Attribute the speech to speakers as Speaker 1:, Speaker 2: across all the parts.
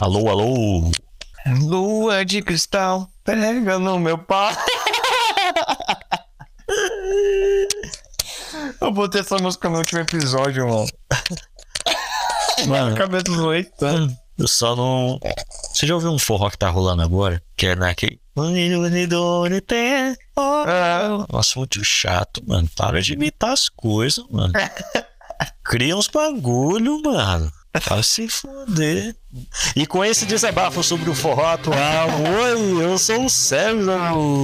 Speaker 1: Alô, alô.
Speaker 2: Lua de cristal, pega no meu pau. Eu botei essa música no último episódio, mano.
Speaker 1: Mano,
Speaker 2: Cabelo doente.
Speaker 1: eu só não. Você já ouviu um forró que tá rolando agora? Que é naquele.
Speaker 2: Ah,
Speaker 1: Nossa, muito chato, mano. Para de imitar as coisas, mano. Cria uns bagulho, mano. Vai se foder. E com esse desabafo sobre o forró atual, oi, eu sou o Sérgio.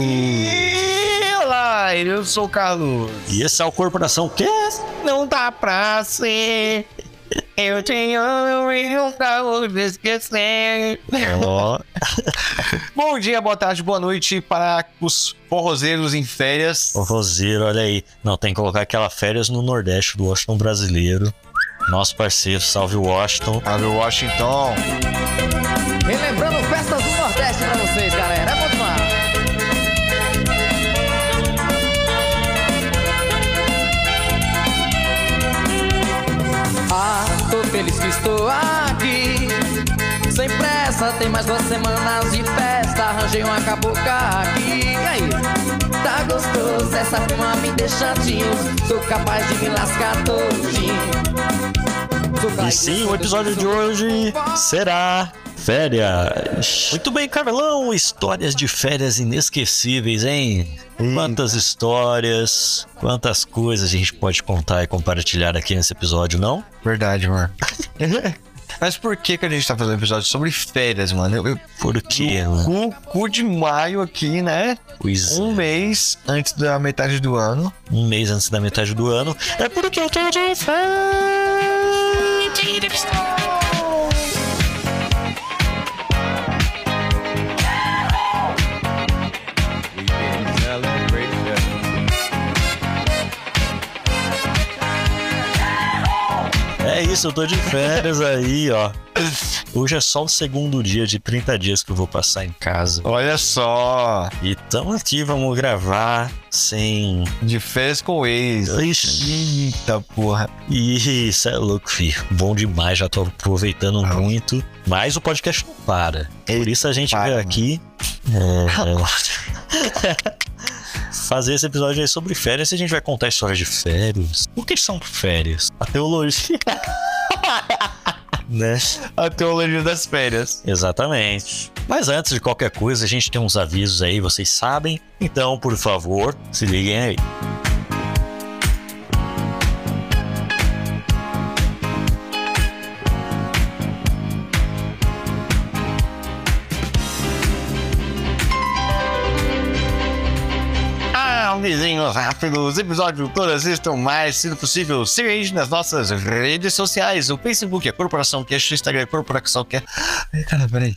Speaker 2: e olá, eu sou o Carlos.
Speaker 1: E esse é o Corporação Cast.
Speaker 2: Não dá pra ser. Eu te amo e nunca vou me esquecer.
Speaker 1: Ó,
Speaker 2: Bom dia, boa tarde, boa noite para os forrozeiros em férias.
Speaker 1: o Roseiro, olha aí. Não, tem que colocar aquela férias no Nordeste do Washington brasileiro. Nosso parceiro, salve Washington.
Speaker 2: Sabe, Washington.
Speaker 3: Relembrando festas do Nordeste pra vocês, galera. É bom demais. Ah, tô feliz que estou aqui. Sem pressa, tem mais duas semanas de festa. Arranjei uma cabocla aqui. E aí? Tá gostoso, essa prima me deixa tinhos. Sou capaz de me lascar todinho. Sou
Speaker 1: E
Speaker 3: capaz
Speaker 1: sim,
Speaker 3: de-
Speaker 1: o episódio de hoje será férias. Muito bem, Carlão, histórias de férias inesquecíveis, hein? Quantas histórias, quantas coisas a gente pode contar e compartilhar aqui nesse episódio, não?
Speaker 2: Verdade, mano. Mas por que, que a gente tá fazendo episódio sobre férias, mano? Eu, eu,
Speaker 1: Porque,
Speaker 2: no
Speaker 1: mano,
Speaker 2: cu, cu de maio aqui, né?
Speaker 1: pois é,
Speaker 2: Um mês antes da metade do ano.
Speaker 1: um mês antes da metade do ano, é porque eu tô de férias. É isso, eu tô de férias aí, ó. Hoje é só o segundo dia de 30 dias que eu vou passar em casa.
Speaker 2: Olha só,
Speaker 1: E tamo aqui, vamos gravar sem.
Speaker 2: de férias com o ex.
Speaker 1: Ixi,
Speaker 2: Eita porra.
Speaker 1: isso é louco, filho. Bom demais, já tô aproveitando
Speaker 2: Ah.
Speaker 1: muito. Mas o podcast não para. Por isso a gente
Speaker 2: para,
Speaker 1: veio
Speaker 2: mano.
Speaker 1: aqui. é, Fazer esse episódio aí sobre férias e a gente vai contar histórias de férias. O que são férias? A teologia. né?
Speaker 2: A teologia um das férias.
Speaker 1: Exatamente. Mas antes de qualquer coisa, a gente tem uns avisos aí, vocês sabem. Então, por favor, se liguem aí.
Speaker 2: Ah, vizinhos rápidos, episódio todas estão mais cedo possível. Siga a gente nas nossas redes sociais. O Facebook é Corporação Cash, o Instagram é Corporação Cash. Ai, Cara, peraí.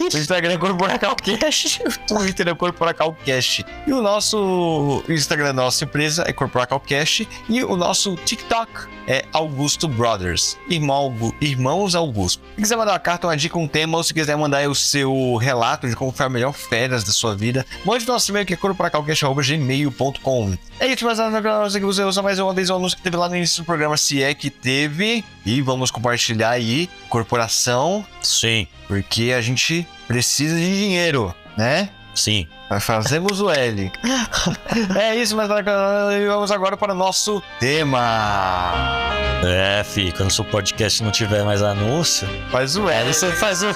Speaker 2: O Instagram é Corporacal Cash, o Twitter é Corporacal Cash. E o nosso Instagram da nossa empresa é Corporacal Cash. E o nosso TikTok é Augusto Brothers. Irmão, Augu- irmãos Augusto. Se quiser mandar uma carta, uma dica, um tema, ou se quiser mandar aí o seu relato de como foi a melhor férias da sua vida, mande nosso e-mail que é corporacalcast.gmail.com. É isso, mas nada nossa que você usa mais uma vez o anúncio que teve lá no início do programa, se é que teve. E vamos compartilhar aí, corporação,
Speaker 1: Sim,
Speaker 2: porque a gente precisa de dinheiro, né?
Speaker 1: sim.
Speaker 2: Nós fazemos o L. é isso, mas vamos agora para o nosso tema.
Speaker 1: É, fi, quando seu podcast não tiver mais anúncio,
Speaker 2: Faz o
Speaker 1: aí
Speaker 2: L.
Speaker 1: você faz o.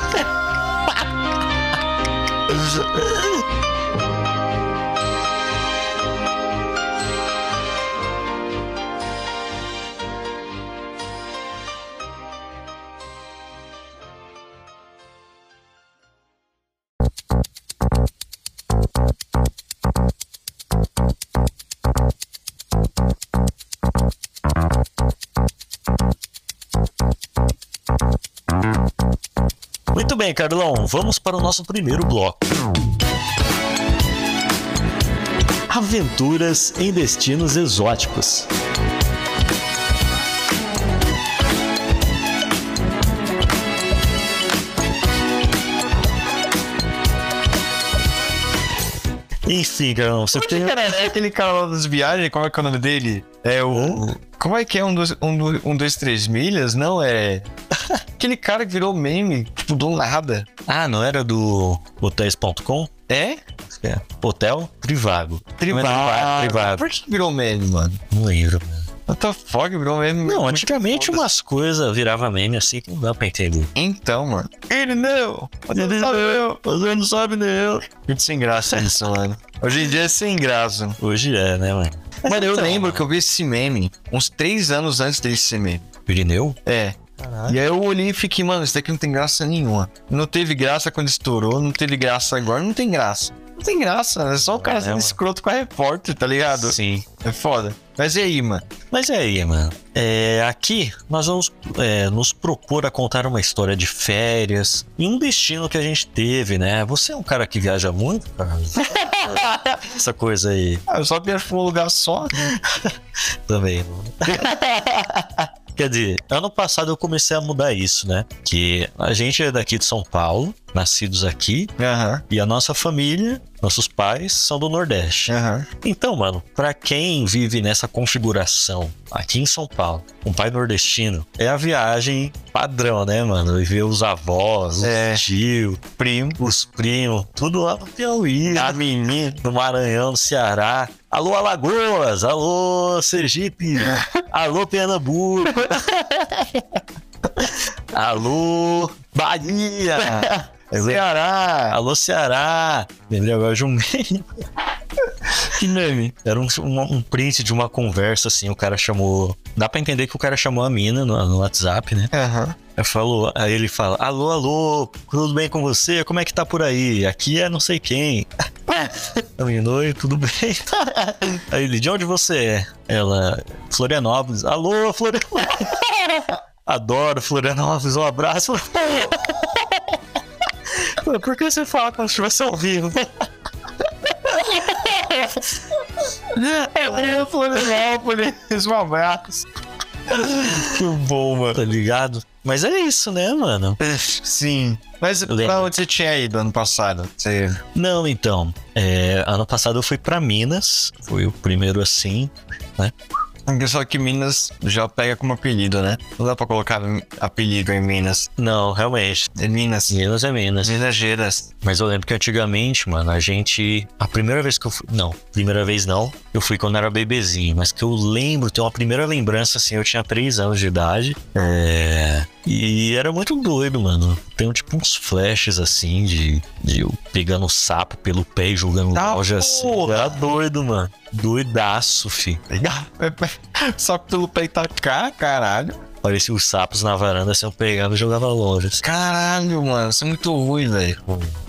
Speaker 1: Muito bem, Carlão, vamos para o nosso primeiro bloco. Aventuras em destinos exóticos. Enfim, Carlão, você tem.
Speaker 2: É aquele cara lá das viagens, como é que é o nome dele? É o. Como é que é um, dos, um, do- um, dois, três milhas? Não é. Aquele cara que virou meme, tipo, do nada.
Speaker 1: Ah, não era do hotéis.com?
Speaker 2: É?
Speaker 1: É. Hotel Trivago.
Speaker 2: Ah, Privado.
Speaker 1: Trivago.
Speaker 2: Por que virou meme, mano?
Speaker 1: Não lembro. mano.
Speaker 2: What the fuck, virou meme?
Speaker 1: Não,
Speaker 2: Muito
Speaker 1: antigamente
Speaker 2: foda.
Speaker 1: umas coisas virava meme assim que não dá pra entender.
Speaker 2: Então, mano. Ele não! Ele não sabe eu!
Speaker 1: Você não sabe nem eu.
Speaker 2: Muito sem graça isso, mano. Hoje em dia é sem graça.
Speaker 1: Hoje é, né, mano?
Speaker 2: Tá Mano, eu
Speaker 1: Então,
Speaker 2: lembro que eu vi esse meme uns três anos antes dele ser meme.
Speaker 1: Pirineu?
Speaker 2: É. E aí eu olhei e fiquei, mano, isso daqui não tem graça nenhuma. Não teve graça quando estourou, não teve graça agora, não tem graça. Não tem graça, é só o cara
Speaker 1: É,
Speaker 2: sendo
Speaker 1: mano.
Speaker 2: escroto com a repórter, tá ligado?
Speaker 1: Sim.
Speaker 2: É foda. Mas e aí, mano?
Speaker 1: Mas é aí, mano. É, aqui nós vamos é, nos propor a contar uma história de férias e um destino que a gente teve, né? Você é um cara que viaja muito, cara? Essa coisa aí
Speaker 2: Ah, eu só viajo pra um lugar só.
Speaker 1: também. não. Quer dizer, ano passado eu comecei a mudar isso, né? Que a gente é daqui de São Paulo, nascidos aqui,
Speaker 2: Aham,
Speaker 1: e a nossa família, nossos pais, são do Nordeste.
Speaker 2: aham.
Speaker 1: Então, mano, pra quem vive nessa configuração aqui em São Paulo, um pai nordestino, é a viagem padrão, né, mano? E ver os avós, os
Speaker 2: É.
Speaker 1: tio,
Speaker 2: Primo.
Speaker 1: os primos, tudo lá no Piauí,
Speaker 2: A menina.
Speaker 1: no Maranhão, no Ceará. Alô, Alagoas! Alô, Sergipe! Alô, Pernambuco! Alô, Bahia!
Speaker 2: Ceará.
Speaker 1: Alô, Ceará! Lembrei agora de um meme.
Speaker 2: Que meme.
Speaker 1: Era um, um, um print de uma conversa, assim, o cara chamou. Dá pra entender que o cara chamou a mina no, no WhatsApp, né?
Speaker 2: Aham.
Speaker 1: Aí falou, aí ele fala: Alô, alô, tudo bem com você? Como é que tá por aí? Aqui é não sei quem. A menina, oi, tudo bem? Aí ele, de onde você é? Ela, Florianópolis. Alô, Florianópolis. Adoro Florianópolis, um abraço. Pô, Por que você fala como se estivesse ao vivo? Né?
Speaker 2: É Florianópolis. Um abraço.
Speaker 1: Que bom, mano. Tá ligado? Mas é isso, né, mano?
Speaker 2: É, Sim. Mas pra
Speaker 1: Lembra.
Speaker 2: onde você tinha ido ano passado? Você...
Speaker 1: Não, então. é, ano passado eu fui pra Minas. Foi o primeiro assim.
Speaker 2: Só que Minas já pega como apelido, né? Não dá pra colocar apelido em Minas.
Speaker 1: Não, realmente.
Speaker 2: É Minas.
Speaker 1: Minas é Minas.
Speaker 2: Minas Gerais.
Speaker 1: Mas eu lembro que antigamente, mano, a gente. A primeira vez que eu fui. Não, primeira vez não. Eu fui quando era bebezinho. Mas que eu lembro, tem uma primeira lembrança assim. Eu tinha 3 anos de idade. É. E era muito doido, mano. Tem tipo uns flashes assim de, de eu pegando o sapo pelo pé e jogando
Speaker 2: Tá
Speaker 1: loja assim.
Speaker 2: porra!
Speaker 1: Era doido, mano. Doidaço, fi.
Speaker 2: Só pelo peitacar, caralho.
Speaker 1: Parecia os sapos na varanda, assim, eu pegava e jogava longe. assim.
Speaker 2: Caralho, mano. Isso é muito ruim, velho.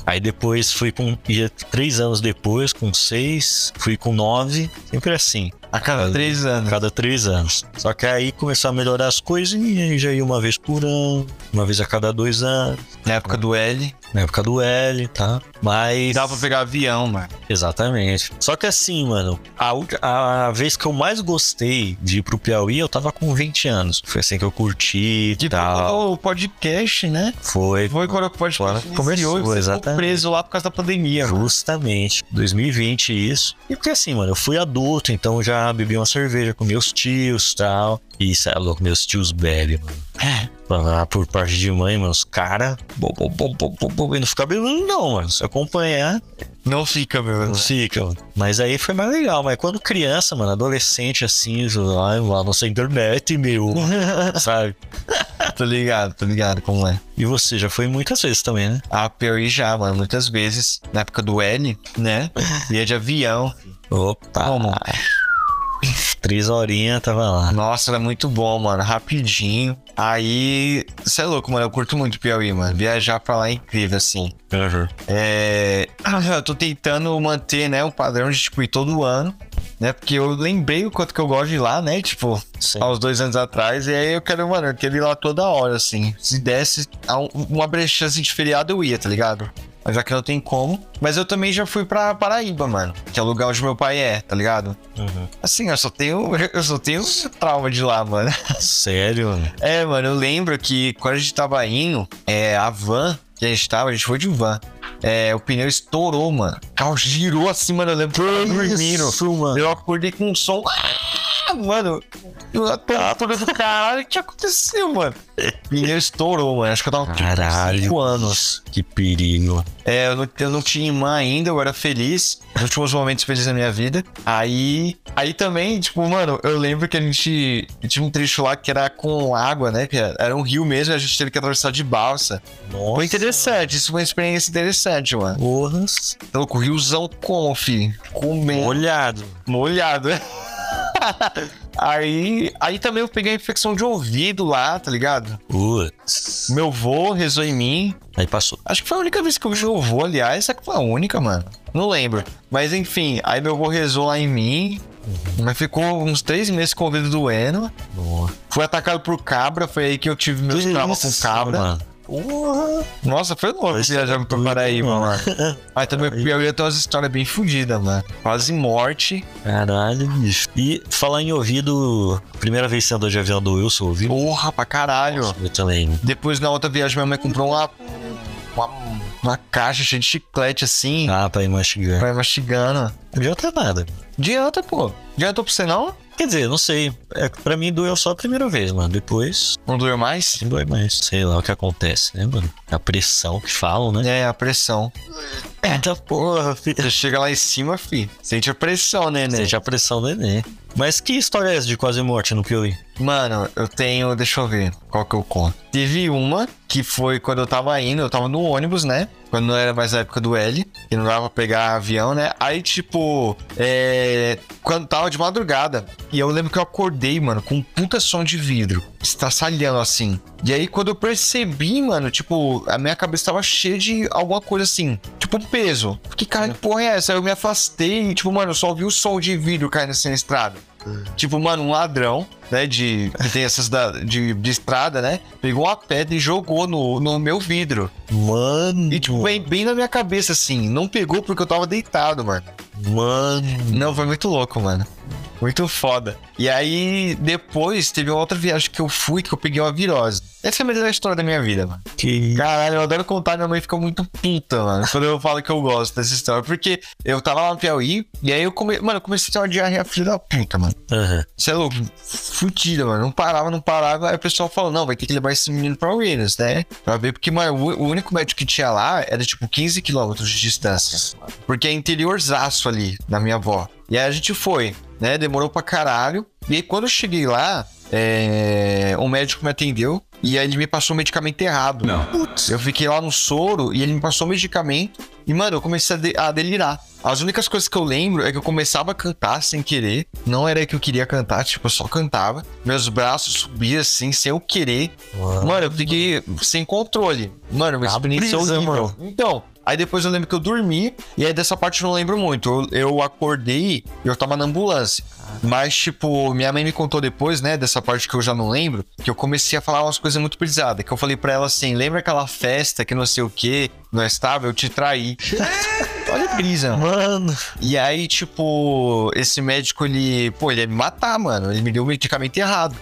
Speaker 1: Aí depois fui com. Ia três anos depois, com seis, fui com nove, sempre assim,
Speaker 2: A cada três
Speaker 1: a
Speaker 2: anos.
Speaker 1: cada três anos. Só que aí começou a melhorar as coisinhas, e já ia uma vez por ano, uma vez a cada dois anos,
Speaker 2: Na época do L.
Speaker 1: na época do L, tá? Mas.
Speaker 2: Dá pra pegar avião, mano.
Speaker 1: Exatamente. Só que assim, mano, a, ult- a vez que eu mais gostei de ir pro Piauí, eu tava com 20 anos. Foi assim que eu curti e
Speaker 2: Tipo,
Speaker 1: tal.
Speaker 2: o podcast, né?
Speaker 1: Foi.
Speaker 2: Foi quando o podcast
Speaker 1: Agora
Speaker 2: iniciou,
Speaker 1: começou,
Speaker 2: e você ficou
Speaker 1: exatamente.
Speaker 2: preso lá por causa da pandemia. mano.
Speaker 1: Justamente. 2020 isso. E porque assim, mano, eu fui adulto, então já bebi uma cerveja com meus tios e tal. E isso é louco, meus tios bebem, mano. Lá por parte de mãe, mano, os caras. Não fica bebendo, não, mano. Se acompanhar,
Speaker 2: Não fica, meu.
Speaker 1: não fica, mano. Mas aí foi mais legal. Mas quando criança, mano, adolescente assim, lá, lá nossa internet, meu. sabe?
Speaker 2: Tô Tá ligado, tô ligado como é.
Speaker 1: E você já foi muitas vezes também, né?
Speaker 2: A Piauí já, mano, muitas vezes, na época do L, né? Ia de avião.
Speaker 1: Opa!
Speaker 2: Como?
Speaker 1: Três horinhas tava lá.
Speaker 2: Nossa, era muito bom, mano. Rapidinho. Aí. Você é louco, mano. Eu curto muito Piauí, mano. Viajar pra lá é incrível, assim. É. ah, Eu tô tentando manter, né, o padrão de, tipo, ir todo ano. Né? Porque eu lembrei o quanto que eu gosto de ir lá, né? Tipo,
Speaker 1: Sim.
Speaker 2: há uns dois anos atrás. E aí eu quero, mano, eu quero ir lá toda hora, assim. Se desse a um- uma brechinha assim, de feriado, eu ia, tá ligado? Mas já que não tem como. Mas eu também já fui pra Paraíba, mano. Que é o lugar onde meu pai é, tá ligado?
Speaker 1: Uhum.
Speaker 2: Assim, eu só tenho. Eu só tenho trauma de lá, mano.
Speaker 1: é Sério, mano?
Speaker 2: É, mano, eu lembro que quando a gente tava indo, é, a van que a gente tava, a gente foi de van. É, o pneu estourou, mano. O carro girou assim, mano. Eu lembro que eu tava dormindo.
Speaker 1: mano.
Speaker 2: Eu acordei com um som. ah, mano. Eu
Speaker 1: Ah.
Speaker 2: tava todo caralho, o que aconteceu, mano? Mineiro estourou, mano. Acho que eu tava com
Speaker 1: Caralho.
Speaker 2: 5 anos.
Speaker 1: Que perigo.
Speaker 2: É, eu não, eu não tinha irmã ainda, eu era feliz. Os últimos momentos felizes da minha vida. Aí. Aí também, tipo, mano, eu lembro que a gente. Tinha um trecho lá que era com água, né? Que era era um rio mesmo, a gente teve que atravessar de balsa.
Speaker 1: Nossa.
Speaker 2: Foi interessante, isso foi uma experiência interessante, mano.
Speaker 1: Porra.
Speaker 2: Tô com o riozão como, fi. Comendo.
Speaker 1: Olhado.
Speaker 2: Molhado. aí, aí também eu peguei a infecção de ouvido lá, tá ligado?
Speaker 1: Putz.
Speaker 2: Meu vô rezou em mim.
Speaker 1: Aí passou.
Speaker 2: Acho que foi a única vez que eu vi meu vô, aliás. Será que foi a única, mano? Não lembro. Mas enfim, aí meu vô rezou lá em mim. Mas ficou uns três meses com o ouvido doendo.
Speaker 1: Nossa.
Speaker 2: Fui atacado por cabra, foi aí que eu tive meus traumas com cabra.
Speaker 1: Mano. Porra.
Speaker 2: Nossa, foi louco
Speaker 1: Isso é
Speaker 2: viajar pra Paraíba, mano. Mas também o Piauí tem umas histórias bem fodidas, mano. Quase morte.
Speaker 1: Caralho, bicho. E falar em ouvido, primeira vez que você andou de avião do Wilson, ouviu?
Speaker 2: Porra pra caralho.
Speaker 1: Eu também.
Speaker 2: Depois, na outra viagem, minha mãe comprou uma, uma, uma caixa cheia de chiclete, assim,
Speaker 1: Ah, pra ir mastigar.
Speaker 2: pra ir mastigando.
Speaker 1: Não adianta é nada.
Speaker 2: Adianta, pô. Adiantou pra você, não?
Speaker 1: Quer dizer, não sei. É, pra mim doeu só a primeira vez, mano. Depois,
Speaker 2: Não doeu mais?
Speaker 1: não dói mais. Sei lá o que acontece, né, mano? A pressão que falam, né?
Speaker 2: É, a pressão.
Speaker 1: Eita porra, filho.
Speaker 2: Você chega lá em cima, fi. Sente a pressão, né, né?
Speaker 1: Sente a pressão do Enem. Mas que história é essa de quase morte no Piauí?
Speaker 2: Mano, eu tenho. Deixa eu ver qual que eu conto. Teve uma que foi quando eu tava indo, eu tava no ônibus, né? Quando não era mais a época do L, que não dava pra pegar avião, né? Aí, tipo, é. Quando tava de madrugada. E eu lembro que eu acordei, mano, com um puta som de vidro. Estaçalhando assim. E aí, quando eu percebi, mano, tipo, a minha cabeça tava cheia de alguma coisa assim. Tipo, um peso. Que cara, que porra é essa? Aí eu me afastei e, tipo, mano, eu só ouvi o som de vidro caindo assim na estrada. Tipo, mano, um ladrão, né? De. Que tem essas da, de, de estrada, né? Pegou uma pedra e jogou no, no meu vidro.
Speaker 1: Mano.
Speaker 2: E, tipo, bem, bem na minha cabeça, assim. Não pegou porque eu tava deitado, mano.
Speaker 1: Mano.
Speaker 2: Não, foi muito louco, mano. Muito foda. E aí, depois, teve uma outra viagem que eu fui que eu peguei uma virose. Essa é a melhor história da minha vida, mano.
Speaker 1: Que.
Speaker 2: Caralho, eu adoro contar, minha mãe fica muito puta, mano. Quando eu falo que eu gosto dessa história. Porque eu tava lá no Piauí, e aí eu come... mano, eu comecei a ter uma diarreia filha da puta, mano.
Speaker 1: Aham.
Speaker 2: Você é louco, fudida, mano. Não parava, não parava. Aí o pessoal falou: não, vai ter que levar esse menino pra Williams, né? Pra ver, porque mano, o o único médico que tinha lá era tipo 15 quilômetros de distância. Porque é interiorzaço ali, na minha avó. E aí a gente foi, né? Demorou pra caralho. E aí quando eu cheguei lá, é... um médico me atendeu. E aí ele me passou o medicamento errado. Não. Eu fiquei lá no soro e ele me passou o medicamento. E, mano, eu comecei a, de- a delirar. As únicas coisas que eu lembro é que eu começava a cantar sem querer. Não era que eu queria cantar, tipo, eu só cantava. Meus braços subiam assim, sem eu querer.
Speaker 1: Mano.
Speaker 2: Mano, eu fiquei sem controle. Mano, uma
Speaker 1: Ah,
Speaker 2: experiência
Speaker 1: brisa,
Speaker 2: horrível.
Speaker 1: mano.
Speaker 2: Então, aí depois eu lembro que eu dormi. E aí dessa parte eu não lembro muito. Eu, eu acordei e eu tava na ambulância. Mas, tipo, minha mãe me contou depois, né, dessa parte que eu já não lembro, que eu comecei a falar umas coisas muito pesadas. Que eu falei pra ela assim: lembra aquela festa que não sei o que, não estava? Eu te traí. Olha a brisa, mano.
Speaker 1: Mano.
Speaker 2: E aí, tipo, esse médico, ele, pô, ele ia me matar, mano. Ele me deu o medicamento errado.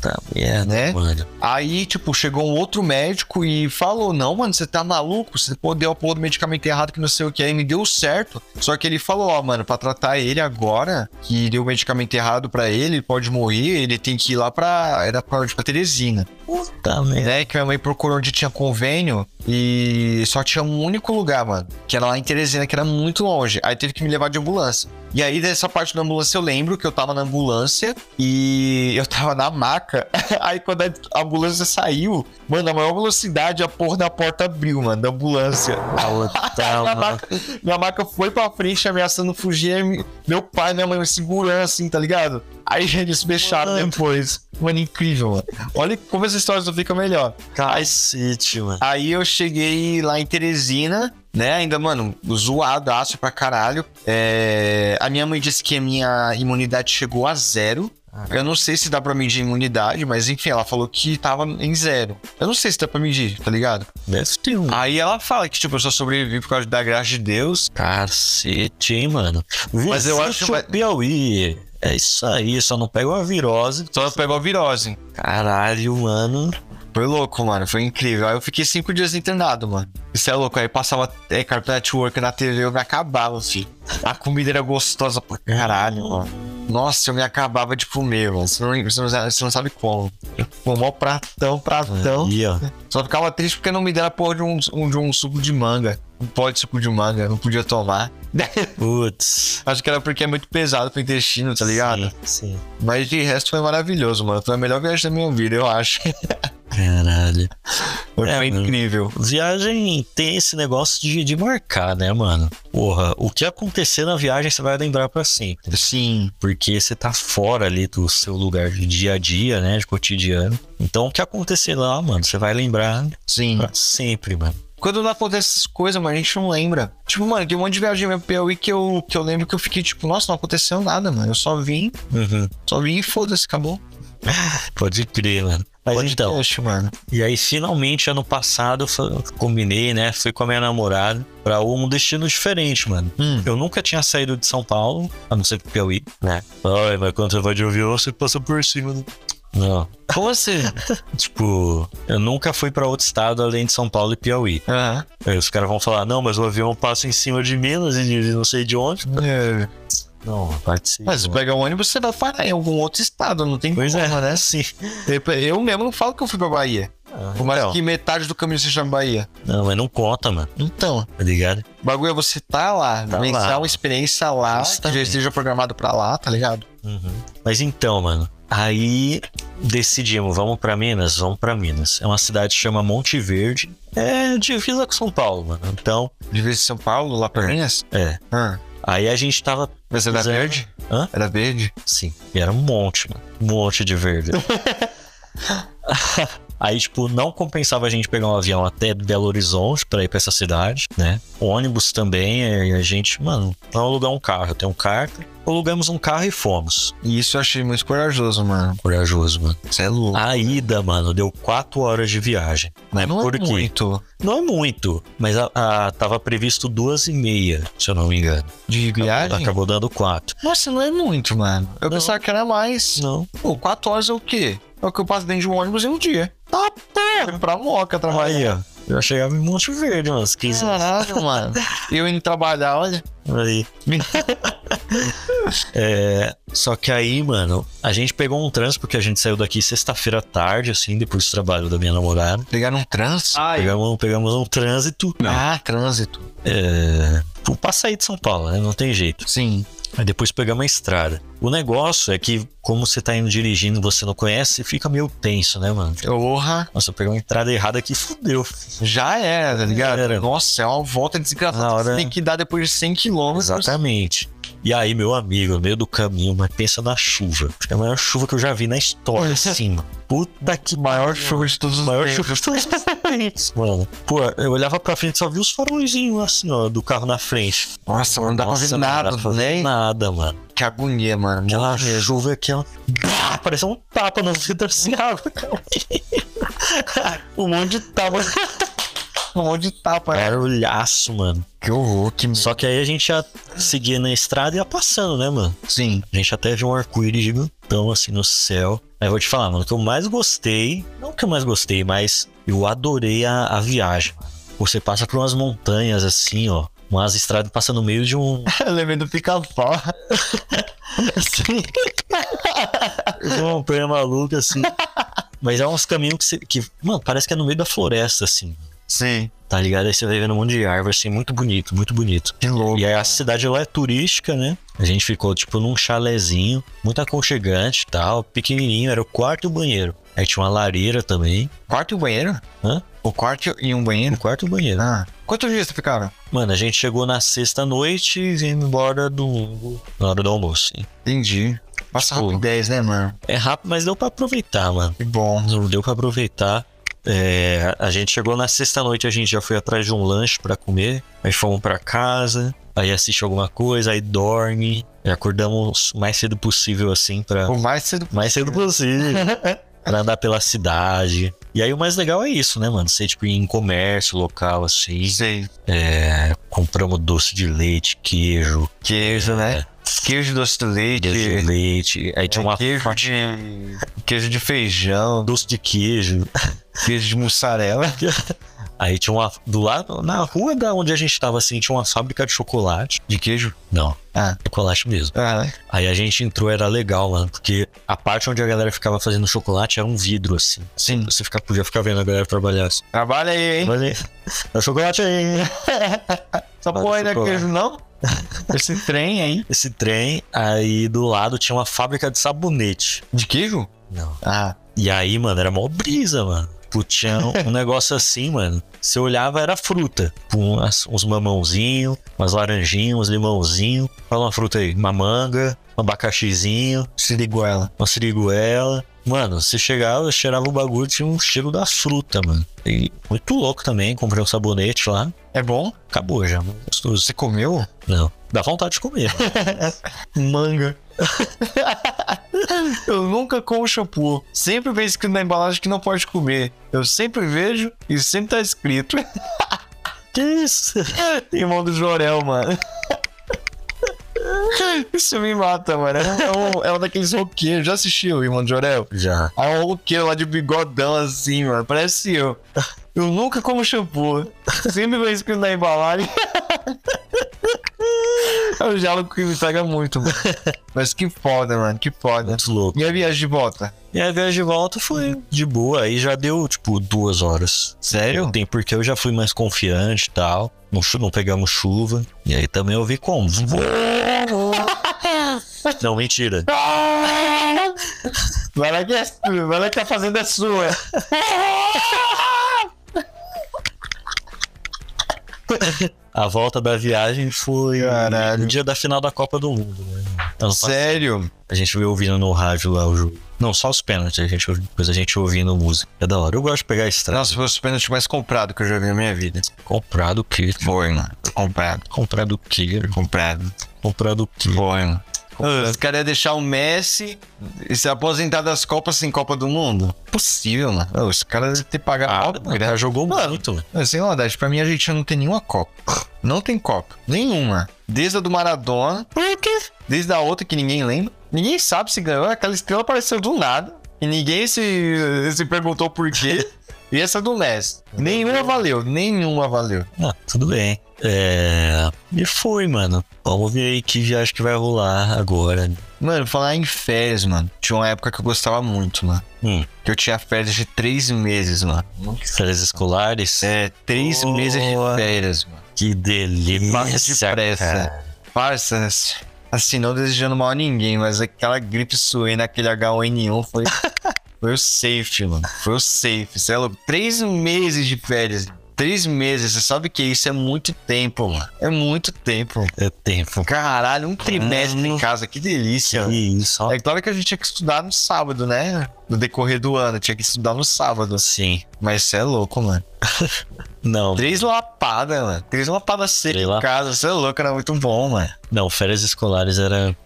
Speaker 1: Tá merda,
Speaker 2: Né?
Speaker 1: mano.
Speaker 2: Aí, tipo, chegou um outro médico e falou: Não, mano, você tá maluco? Você pô, deu a porra do medicamento errado que não sei o que. Aí me deu certo. Só que ele falou: Ó, mano, pra tratar ele agora, que deu o medicamento errado pra ele, ele pode morrer, ele tem que ir lá pra. Era pra, pra Teresina.
Speaker 1: Puta merda.
Speaker 2: Né? Que minha mãe procurou onde tinha convênio e só tinha um único lugar, mano. Que era lá em Teresina, que era muito longe. Aí teve que me levar de ambulância. E aí, dessa parte da ambulância, eu lembro que eu tava na ambulância e eu tava na maca. Aí, quando a ambulância saiu, mano, na maior velocidade, a porra da porta abriu, mano, da ambulância.
Speaker 1: Puta,
Speaker 2: Minha
Speaker 1: mano.
Speaker 2: maca, minha maca foi pra frente ameaçando fugir. aí me- Meu pai, minha mãe me segurando assim, tá ligado? Aí eles fecharam
Speaker 1: Mano.
Speaker 2: depois. Mano, incrível, mano. Olha como essas histórias não ficam melhor.
Speaker 1: Cacete, mano.
Speaker 2: Aí eu cheguei lá em Teresina, né? Ainda, mano, zoado, aço pra caralho. É, A minha mãe disse que a minha imunidade chegou a zero. Eu não sei se dá pra medir a imunidade, mas enfim, ela falou que tava em zero. Eu não sei se dá pra medir, tá ligado?
Speaker 1: Deve ter um.
Speaker 2: Aí ela fala que, tipo, eu só sobrevivi por causa da graça de Deus.
Speaker 1: Cacete, hein, mano.
Speaker 2: Mas eu
Speaker 1: Visite
Speaker 2: acho que vai-
Speaker 1: o Piauí. É isso aí, só não pega uma virose.
Speaker 2: Só pegou a virose.
Speaker 1: Caralho, mano.
Speaker 2: Foi louco, mano. Foi incrível. Aí eu fiquei cinco dias internado, mano. Isso é louco. Aí passava é, Cartoon Network na TV, eu me acabava, filho. A comida era gostosa pra caralho, mano. Nossa, eu me acabava de comer, mano. Você não, você não- você não sabe como. Eu comi um maior pratão, pratão.
Speaker 1: Aí, ó.
Speaker 2: Só ficava triste porque não me deram a porra de um, um- de um suco de manga. Um pó de suco de manga. eu Não podia tomar.
Speaker 1: Putz.
Speaker 2: Acho que era porque é muito pesado pro intestino, tá ligado?
Speaker 1: Sim, sim.
Speaker 2: Mas de resto foi maravilhoso, mano. Foi a melhor viagem da minha vida, eu acho.
Speaker 1: Caralho.
Speaker 2: Foi
Speaker 1: É, mano.
Speaker 2: incrível.
Speaker 1: Viagem tem esse negócio de, de marcar, né, mano? Porra, o que acontecer na viagem você vai lembrar pra sempre.
Speaker 2: Sim.
Speaker 1: Porque você tá fora ali do seu lugar de dia a dia, né? De cotidiano. Então o que acontecer lá, mano, você vai lembrar
Speaker 2: Sim.
Speaker 1: pra sempre, mano.
Speaker 2: Quando não acontece essas coisas, mano, a gente não lembra. Tipo, mano, tem um monte de viagem minha pro Piauí que eu, que eu lembro que eu fiquei tipo, nossa, não aconteceu nada, mano. Eu só vim, só vim e foda-se, acabou.
Speaker 1: Uhum. Pode crer, mano. Mas então,
Speaker 2: Podcast, mano.
Speaker 1: e aí finalmente ano passado eu fa- combinei, né? Fui com a minha namorada pra um destino diferente, mano.
Speaker 2: Hum.
Speaker 1: Eu nunca tinha saído de São Paulo, a não ser pro Piauí, né? Ai, mas quando você vai de avião, você passa por cima do. Não.
Speaker 2: Como assim?
Speaker 1: Tipo, eu nunca fui pra outro estado além de São Paulo e Piauí.
Speaker 2: Aham.
Speaker 1: Aí os caras vão falar, não, mas o avião passa em cima de Minas e de não sei de onde.
Speaker 2: É.
Speaker 1: Não, pode ser.
Speaker 2: Mas se pegar um ônibus, você vai parar em algum outro estado, não tem
Speaker 1: Pois é,
Speaker 2: como, né?
Speaker 1: sim.
Speaker 2: Eu- Eu mesmo não falo que eu fui pra Bahia. Por mais
Speaker 1: Então.
Speaker 2: que metade do caminho seja na Bahia.
Speaker 1: Não, mas não conta, mano,
Speaker 2: Então,
Speaker 1: tá ligado?
Speaker 2: o bagulho é você tá lá,
Speaker 1: Tá
Speaker 2: mensal,
Speaker 1: lá.
Speaker 2: experiência lá, que já
Speaker 1: Justamente.
Speaker 2: esteja programado pra lá, tá ligado?
Speaker 1: Mas então, mano, aí decidimos, vamos pra Minas? Vamos pra Minas. É uma cidade que chama Monte Verde. É divisa com São Paulo, mano. Então,
Speaker 2: De vez em São Paulo, lá pra Minas.
Speaker 1: é.
Speaker 2: Hã.
Speaker 1: Aí a gente tava.
Speaker 2: Mas era
Speaker 1: Zero.
Speaker 2: verde?
Speaker 1: Hã?
Speaker 2: Era verde?
Speaker 1: Sim, e era um monte, mano. Um monte de verde. Aí, tipo, não compensava a gente pegar um avião até Belo Horizonte pra ir pra essa cidade, né? Ônibus também, e a gente, mano, vamos alugar um carro. Eu tenho um carta, alugamos um carro e fomos.
Speaker 2: E isso eu achei muito corajoso, mano.
Speaker 1: Corajoso, mano.
Speaker 2: Você é louco.
Speaker 1: A ida, mano, deu quatro horas de viagem. Mas
Speaker 2: não
Speaker 1: por
Speaker 2: é
Speaker 1: quê?
Speaker 2: muito.
Speaker 1: Não é muito, mas a, a- tava previsto duas e meia, se eu não me engano.
Speaker 2: De viagem?
Speaker 1: Acabou dando quatro.
Speaker 2: Nossa, não é muito, mano. Eu
Speaker 1: Não.
Speaker 2: pensava que era mais.
Speaker 1: Não.
Speaker 2: Pô, quatro horas é o quê? É o que eu passo dentro de um ônibus em um dia. Tá perto. Pra moca trabalhar.
Speaker 1: Aí, ó. Eu chegava em Monte Verde, umas 15
Speaker 2: Ah.
Speaker 1: horas.
Speaker 2: Caralho, mano. Eu indo trabalhar, olha.
Speaker 1: Aí. É, só que aí, mano, a gente pegou um trânsito, porque a gente saiu daqui sexta-feira à tarde, assim, depois do trabalho da minha namorada.
Speaker 2: Pegar um trânsito?
Speaker 1: Pegamos, pegamos um trânsito
Speaker 2: Ah, trânsito.
Speaker 1: pro- pra sair de São Paulo, né? Não tem jeito.
Speaker 2: Sim.
Speaker 1: Aí depois pegamos a estrada. O negócio é que, como você tá indo dirigindo e você não conhece, fica meio tenso, né, mano?
Speaker 2: Porra.
Speaker 1: Nossa, eu peguei uma entrada errada aqui, fudeu.
Speaker 2: Já era, tá ligado?
Speaker 1: Era.
Speaker 2: Nossa, é uma volta desgraçada.
Speaker 1: Na hora-
Speaker 2: Você tem que dar depois de 100 km.
Speaker 1: Exatamente. E aí, meu amigo, no meio do caminho, mas pensa na chuva. Acho que É a maior chuva que eu já vi na história, assim. mano. Puta que
Speaker 2: Maior
Speaker 1: maior chuva.
Speaker 2: show de todos os
Speaker 1: Maior
Speaker 2: tempos.
Speaker 1: chuva. Mano, pô, eu olhava pra frente e só vi os farolzinhos assim, ó, do carro na frente.
Speaker 2: Nossa, mano, não dá pra ver
Speaker 1: Nossa, mano,
Speaker 2: nada,
Speaker 1: dá pra ver
Speaker 2: né?
Speaker 1: Nada, mano.
Speaker 2: Que agonia, mano.
Speaker 1: Aquela chuva aqui, ó. Bah, Parecia um tapa na vida assim, ah, Um monte de tapa.
Speaker 2: Um monte de tapa. né?
Speaker 1: Barulhaço, mano.
Speaker 2: É, Que horror, que
Speaker 1: Só que aí a gente ia seguir na estrada e ia passando, né, mano?
Speaker 2: Sim.
Speaker 1: A gente até viu um arco-íris gigantão assim no céu. Mas vou te falar, mano, o que eu mais gostei, não o que eu mais gostei, mas eu adorei a, a viagem, mano. Você passa por umas montanhas assim, ó. Umas estradas passa no meio de um.
Speaker 2: Eu lembrei do pica-pau.
Speaker 1: assim, de uma montanha maluca, assim. Mas é uns caminhos que, você- que. Mano, parece que é no meio da floresta, assim.
Speaker 2: Sim.
Speaker 1: Tá ligado? Aí você vai vendo um monte de árvore, assim, muito bonito, muito bonito.
Speaker 2: Que louco.
Speaker 1: E aí a cidade lá é turística, né? A gente ficou, tipo, num chalezinho, muito aconchegante e tal, pequenininho, era o quarto e o banheiro. Aí tinha uma lareira também.
Speaker 2: Quarto e um banheiro?
Speaker 1: Hã?
Speaker 2: O quarto e um banheiro?
Speaker 1: O quarto e o banheiro.
Speaker 2: Ah. Quantos dias ficaram?
Speaker 1: Mano, a gente chegou na sexta-noite e vim embora do... na hora do almoço. hein?
Speaker 2: Entendi. Passa
Speaker 1: Tipo-
Speaker 2: rapidez, né, mano?
Speaker 1: É rápido, mas deu pra aproveitar, mano.
Speaker 2: Que bom.
Speaker 1: Não deu pra aproveitar. É, a gente chegou na sexta-noite, a gente já foi atrás de um lanche pra comer. Aí fomos pra casa, aí assiste alguma coisa, aí dorme. E acordamos o mais cedo possível, assim, pra...
Speaker 2: O mais cedo.
Speaker 1: mais cedo possível. pra andar pela cidade. E aí o mais legal é isso, né, mano? Você, tipo, ir em comércio local, assim.
Speaker 2: Sei.
Speaker 1: É, compramos doce de leite, queijo,
Speaker 2: Queijo, né? Queijo de doce de leite. é
Speaker 1: doce de leite. Aí tinha uma
Speaker 2: Queijo
Speaker 1: fatia
Speaker 2: de... queijo de feijão,
Speaker 1: de doce de queijo.
Speaker 2: queijo de mussarela.
Speaker 1: Aí tinha uma. Do lado, na rua da onde a gente tava, assim, tinha uma fábrica de chocolate.
Speaker 2: De queijo?
Speaker 1: Não,
Speaker 2: Ah.
Speaker 1: chocolate mesmo.
Speaker 2: Ah, né?
Speaker 1: Aí a gente entrou, era legal, mano, porque a parte onde a galera ficava fazendo chocolate era um vidro, assim.
Speaker 2: Sim.
Speaker 1: Você fica, podia ficar vendo a galera trabalhar assim.
Speaker 2: Trabalha aí, hein?
Speaker 1: Olha aí, dá chocolate aí.
Speaker 2: Essa
Speaker 1: Vai
Speaker 2: porra
Speaker 1: do
Speaker 2: ainda é
Speaker 1: chocolate.
Speaker 2: queijo, não? Esse trem aí.
Speaker 1: Esse trem, aí do lado tinha uma fábrica de sabonete.
Speaker 2: De queijo?
Speaker 1: Não.
Speaker 2: Ah.
Speaker 1: E aí, mano, era mó brisa, mano. Tipo, Tinha um negócio assim, mano. Você olhava, era fruta. Tipo, Umas, uns mamãozinho, umas laranjinhas, uns limãozinho. Fala uma fruta aí. Uma manga, um abacaxizinho,
Speaker 2: Siriguela.
Speaker 1: uma siriguela. Mano, você chegava, cheirava o bagulho, tinha um cheiro da fruta, mano. E muito louco também. Comprei um sabonete lá.
Speaker 2: É bom?
Speaker 1: Acabou já. Gostoso.
Speaker 2: Você comeu?
Speaker 1: Não. Dá vontade de comer.
Speaker 2: Manga. eu nunca como shampoo. Sempre vem escrito na embalagem que não pode comer. Eu sempre vejo e sempre tá escrito.
Speaker 1: que isso?
Speaker 2: Irmão do Jorel, mano. Isso me mata, mano. É um, é um daqueles roqueiros. Já assistiu, Irmão do Jorel?
Speaker 1: Já.
Speaker 2: Aí um roqueiro lá de bigodão assim, mano. Parece eu. Eu nunca como shampoo. Sempre vem escrito na embalagem. É um diálogo que me pega muito, mano. Mas que foda, mano. Que foda.
Speaker 1: Muito louco.
Speaker 2: E é a viagem de volta?
Speaker 1: E a viagem de volta foi de boa, aí já deu, tipo, duas horas.
Speaker 2: Sério?
Speaker 1: Tem porque eu já fui mais confiante e tal. Não, chu- não pegamos chuva. E aí também eu vi como. Não, mentira.
Speaker 2: Vai lá que é sua. Vai lá que a fazenda é sua.
Speaker 1: A volta da viagem foi
Speaker 2: Caralho.
Speaker 1: no dia da final da Copa do Mundo. Né? Ano passado.
Speaker 2: Sério?
Speaker 1: A gente veio ouvindo no rádio lá o jogo. Não, só os pênaltis. A gente, ouvi- depois a gente ouvindo música. É da hora. Eu gosto de pegar a estrada.
Speaker 2: Nossa, foi o pênalti mais comprado que eu já vi na minha vida.
Speaker 1: Comprado o quê?
Speaker 2: Foi, mano. Comprado.
Speaker 1: Comprado o quê?
Speaker 2: Comprado.
Speaker 1: Comprado o quê?
Speaker 2: Foi, mano. Os caras iam deixar o Messi e se aposentar das Copas sem Copa do Mundo? Possível, mano. Ô, Os caras devem ter
Speaker 1: Ah,
Speaker 2: pagado.
Speaker 1: mano, jogou
Speaker 2: Mano,
Speaker 1: muito, mano.
Speaker 2: Mas, Sem maldade, pra mim a gente não tem nenhuma Copa. Não tem Copa. Nenhuma. Desde a do Maradona. Desde a outra que ninguém lembra. Ninguém sabe se ganhou. Aquela estrela apareceu do nada. E ninguém se, se perguntou por quê. e essa do Messi. Nenhuma valeu. Nenhuma valeu.
Speaker 1: Ah, tudo bem. É. E foi, mano. Vamos ver aí que viagem que vai rolar agora.
Speaker 2: Mano, falar em férias, mano. Tinha uma época que eu gostava muito, mano.
Speaker 1: Hum.
Speaker 2: Que eu tinha férias de três meses, mano.
Speaker 1: Férias escolares.
Speaker 2: É, três
Speaker 1: Boa.
Speaker 2: meses de férias, mano.
Speaker 1: Que
Speaker 2: Passa
Speaker 1: delícia. cara.
Speaker 2: depressa. Parça, assim, não desejando mal a ninguém, mas aquela gripe suena, aquele H1N1 foi. foi o safe, mano. Foi o safe. Sei lá, três meses de férias. Três meses, você sabe que isso é muito tempo, mano. É muito tempo.
Speaker 1: É tempo.
Speaker 2: Caralho, um trimestre em casa, que delícia. mano.
Speaker 1: E isso, ó.
Speaker 2: É claro que a gente tinha que estudar no sábado, né? No decorrer do ano, tinha que estudar no sábado.
Speaker 1: Sim.
Speaker 2: Mas você é louco, mano.
Speaker 1: Não,
Speaker 2: Três lapadas, mano. Três lapadas secas
Speaker 1: Três la-
Speaker 2: em casa. Você é louco, era muito bom, mano.
Speaker 1: não, férias escolares era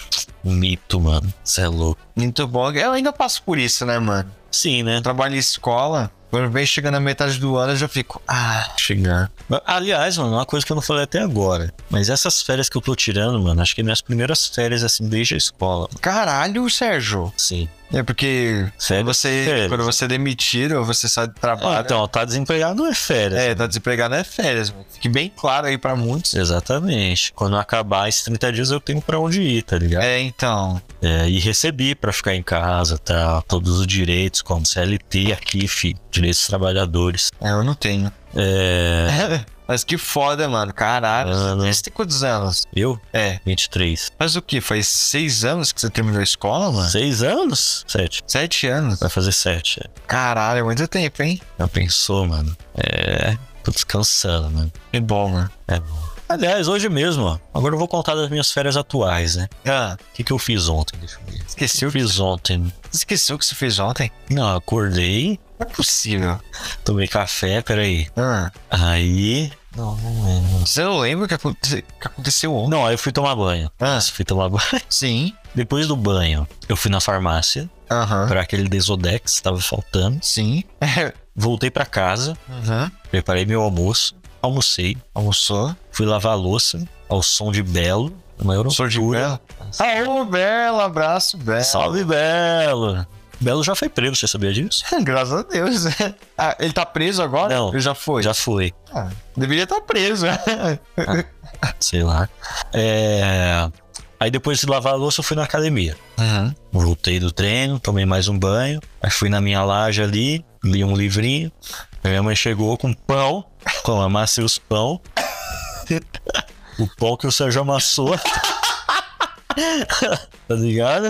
Speaker 1: um mito, mano. Você é louco.
Speaker 2: Muito bom. Eu ainda passo por isso, né, mano?
Speaker 1: Sim, né?
Speaker 2: Eu trabalho em escola. Quando vem chegando na metade do ano, eu já fico. Ah, chegando.
Speaker 1: Aliás, mano, uma coisa que eu não falei até agora. Mas essas férias que eu tô tirando, mano, acho que é minhas primeiras férias, assim, desde a escola.
Speaker 2: Caralho, Sérgio.
Speaker 1: Sim.
Speaker 2: É porque
Speaker 1: Férias.
Speaker 2: você,
Speaker 1: férias.
Speaker 2: quando você é demitido ou você sai do trabalho.
Speaker 1: Ah, então, tá desempregado não é férias.
Speaker 2: É, tá desempregado é férias, mano. Fique bem claro aí pra
Speaker 1: É.
Speaker 2: muitos.
Speaker 1: Exatamente. Quando acabar esses 30 dias, eu tenho pra onde ir, tá ligado?
Speaker 2: É, então.
Speaker 1: É, e recebi pra ficar em casa, tá? Todos os direitos, como CLT aqui, fi, direitos dos trabalhadores.
Speaker 2: É, eu não tenho.
Speaker 1: É,
Speaker 2: Mas que foda, mano. Caralho.
Speaker 1: Ah, né?
Speaker 2: Você tem quantos anos?
Speaker 1: eu,
Speaker 2: É.
Speaker 1: 23.
Speaker 2: Mas o que? Faz seis anos que você terminou a escola, mano?
Speaker 1: Seis anos? Sete.
Speaker 2: Sete anos.
Speaker 1: Vai fazer sete. é.
Speaker 2: Caralho, é muito tempo, hein?
Speaker 1: Já pensou, mano? É, tô descansando, mano.
Speaker 2: Que bom, mano.
Speaker 1: É bom. Aliás, hoje mesmo, ó. Agora eu vou contar das minhas férias atuais, né?
Speaker 2: Ah,
Speaker 1: O que, que eu fiz ontem? Deixa eu ver. O que
Speaker 2: esqueceu,
Speaker 1: eu fiz ontem?
Speaker 2: esqueceu o que você fez ontem?
Speaker 1: Não, acordei,
Speaker 2: Não é possível.
Speaker 1: tomei café, peraí.
Speaker 2: Ah,
Speaker 1: Aí. Não, não lembro.
Speaker 2: você não lembra o que, aconte- o que aconteceu ontem?
Speaker 1: Não, aí eu fui tomar banho.
Speaker 2: Ah,
Speaker 1: Fui tomar banho.
Speaker 2: sim.
Speaker 1: Depois do banho, eu fui na farmácia
Speaker 2: Aham.
Speaker 1: para aquele Desodex que tava faltando.
Speaker 2: Sim.
Speaker 1: Voltei para casa,
Speaker 2: Aham.
Speaker 1: preparei meu almoço, almocei,
Speaker 2: Almoçou?
Speaker 1: fui lavar a louça ao som de Belo. é Uma
Speaker 2: Almoçou de
Speaker 1: Eurocultura.
Speaker 2: Bela? Alô, Bela. Abraço, Bela.
Speaker 1: Salve Belo! Belo já foi preso, você sabia disso?
Speaker 2: Graças a Deus. Ah, ele tá preso agora?
Speaker 1: Não.
Speaker 2: Ele já foi?
Speaker 1: Já foi,
Speaker 2: Ah, deveria estar preso. né?
Speaker 1: sei lá. É... Aí depois de lavar a louça, eu fui na academia.
Speaker 2: Uhum.
Speaker 1: Voltei do treino, tomei mais um banho. Aí fui na minha laje ali, li um livrinho. Aí Minha mãe chegou com pão, com amassei os pão. o pão que o Sérgio amassou. tá ligado?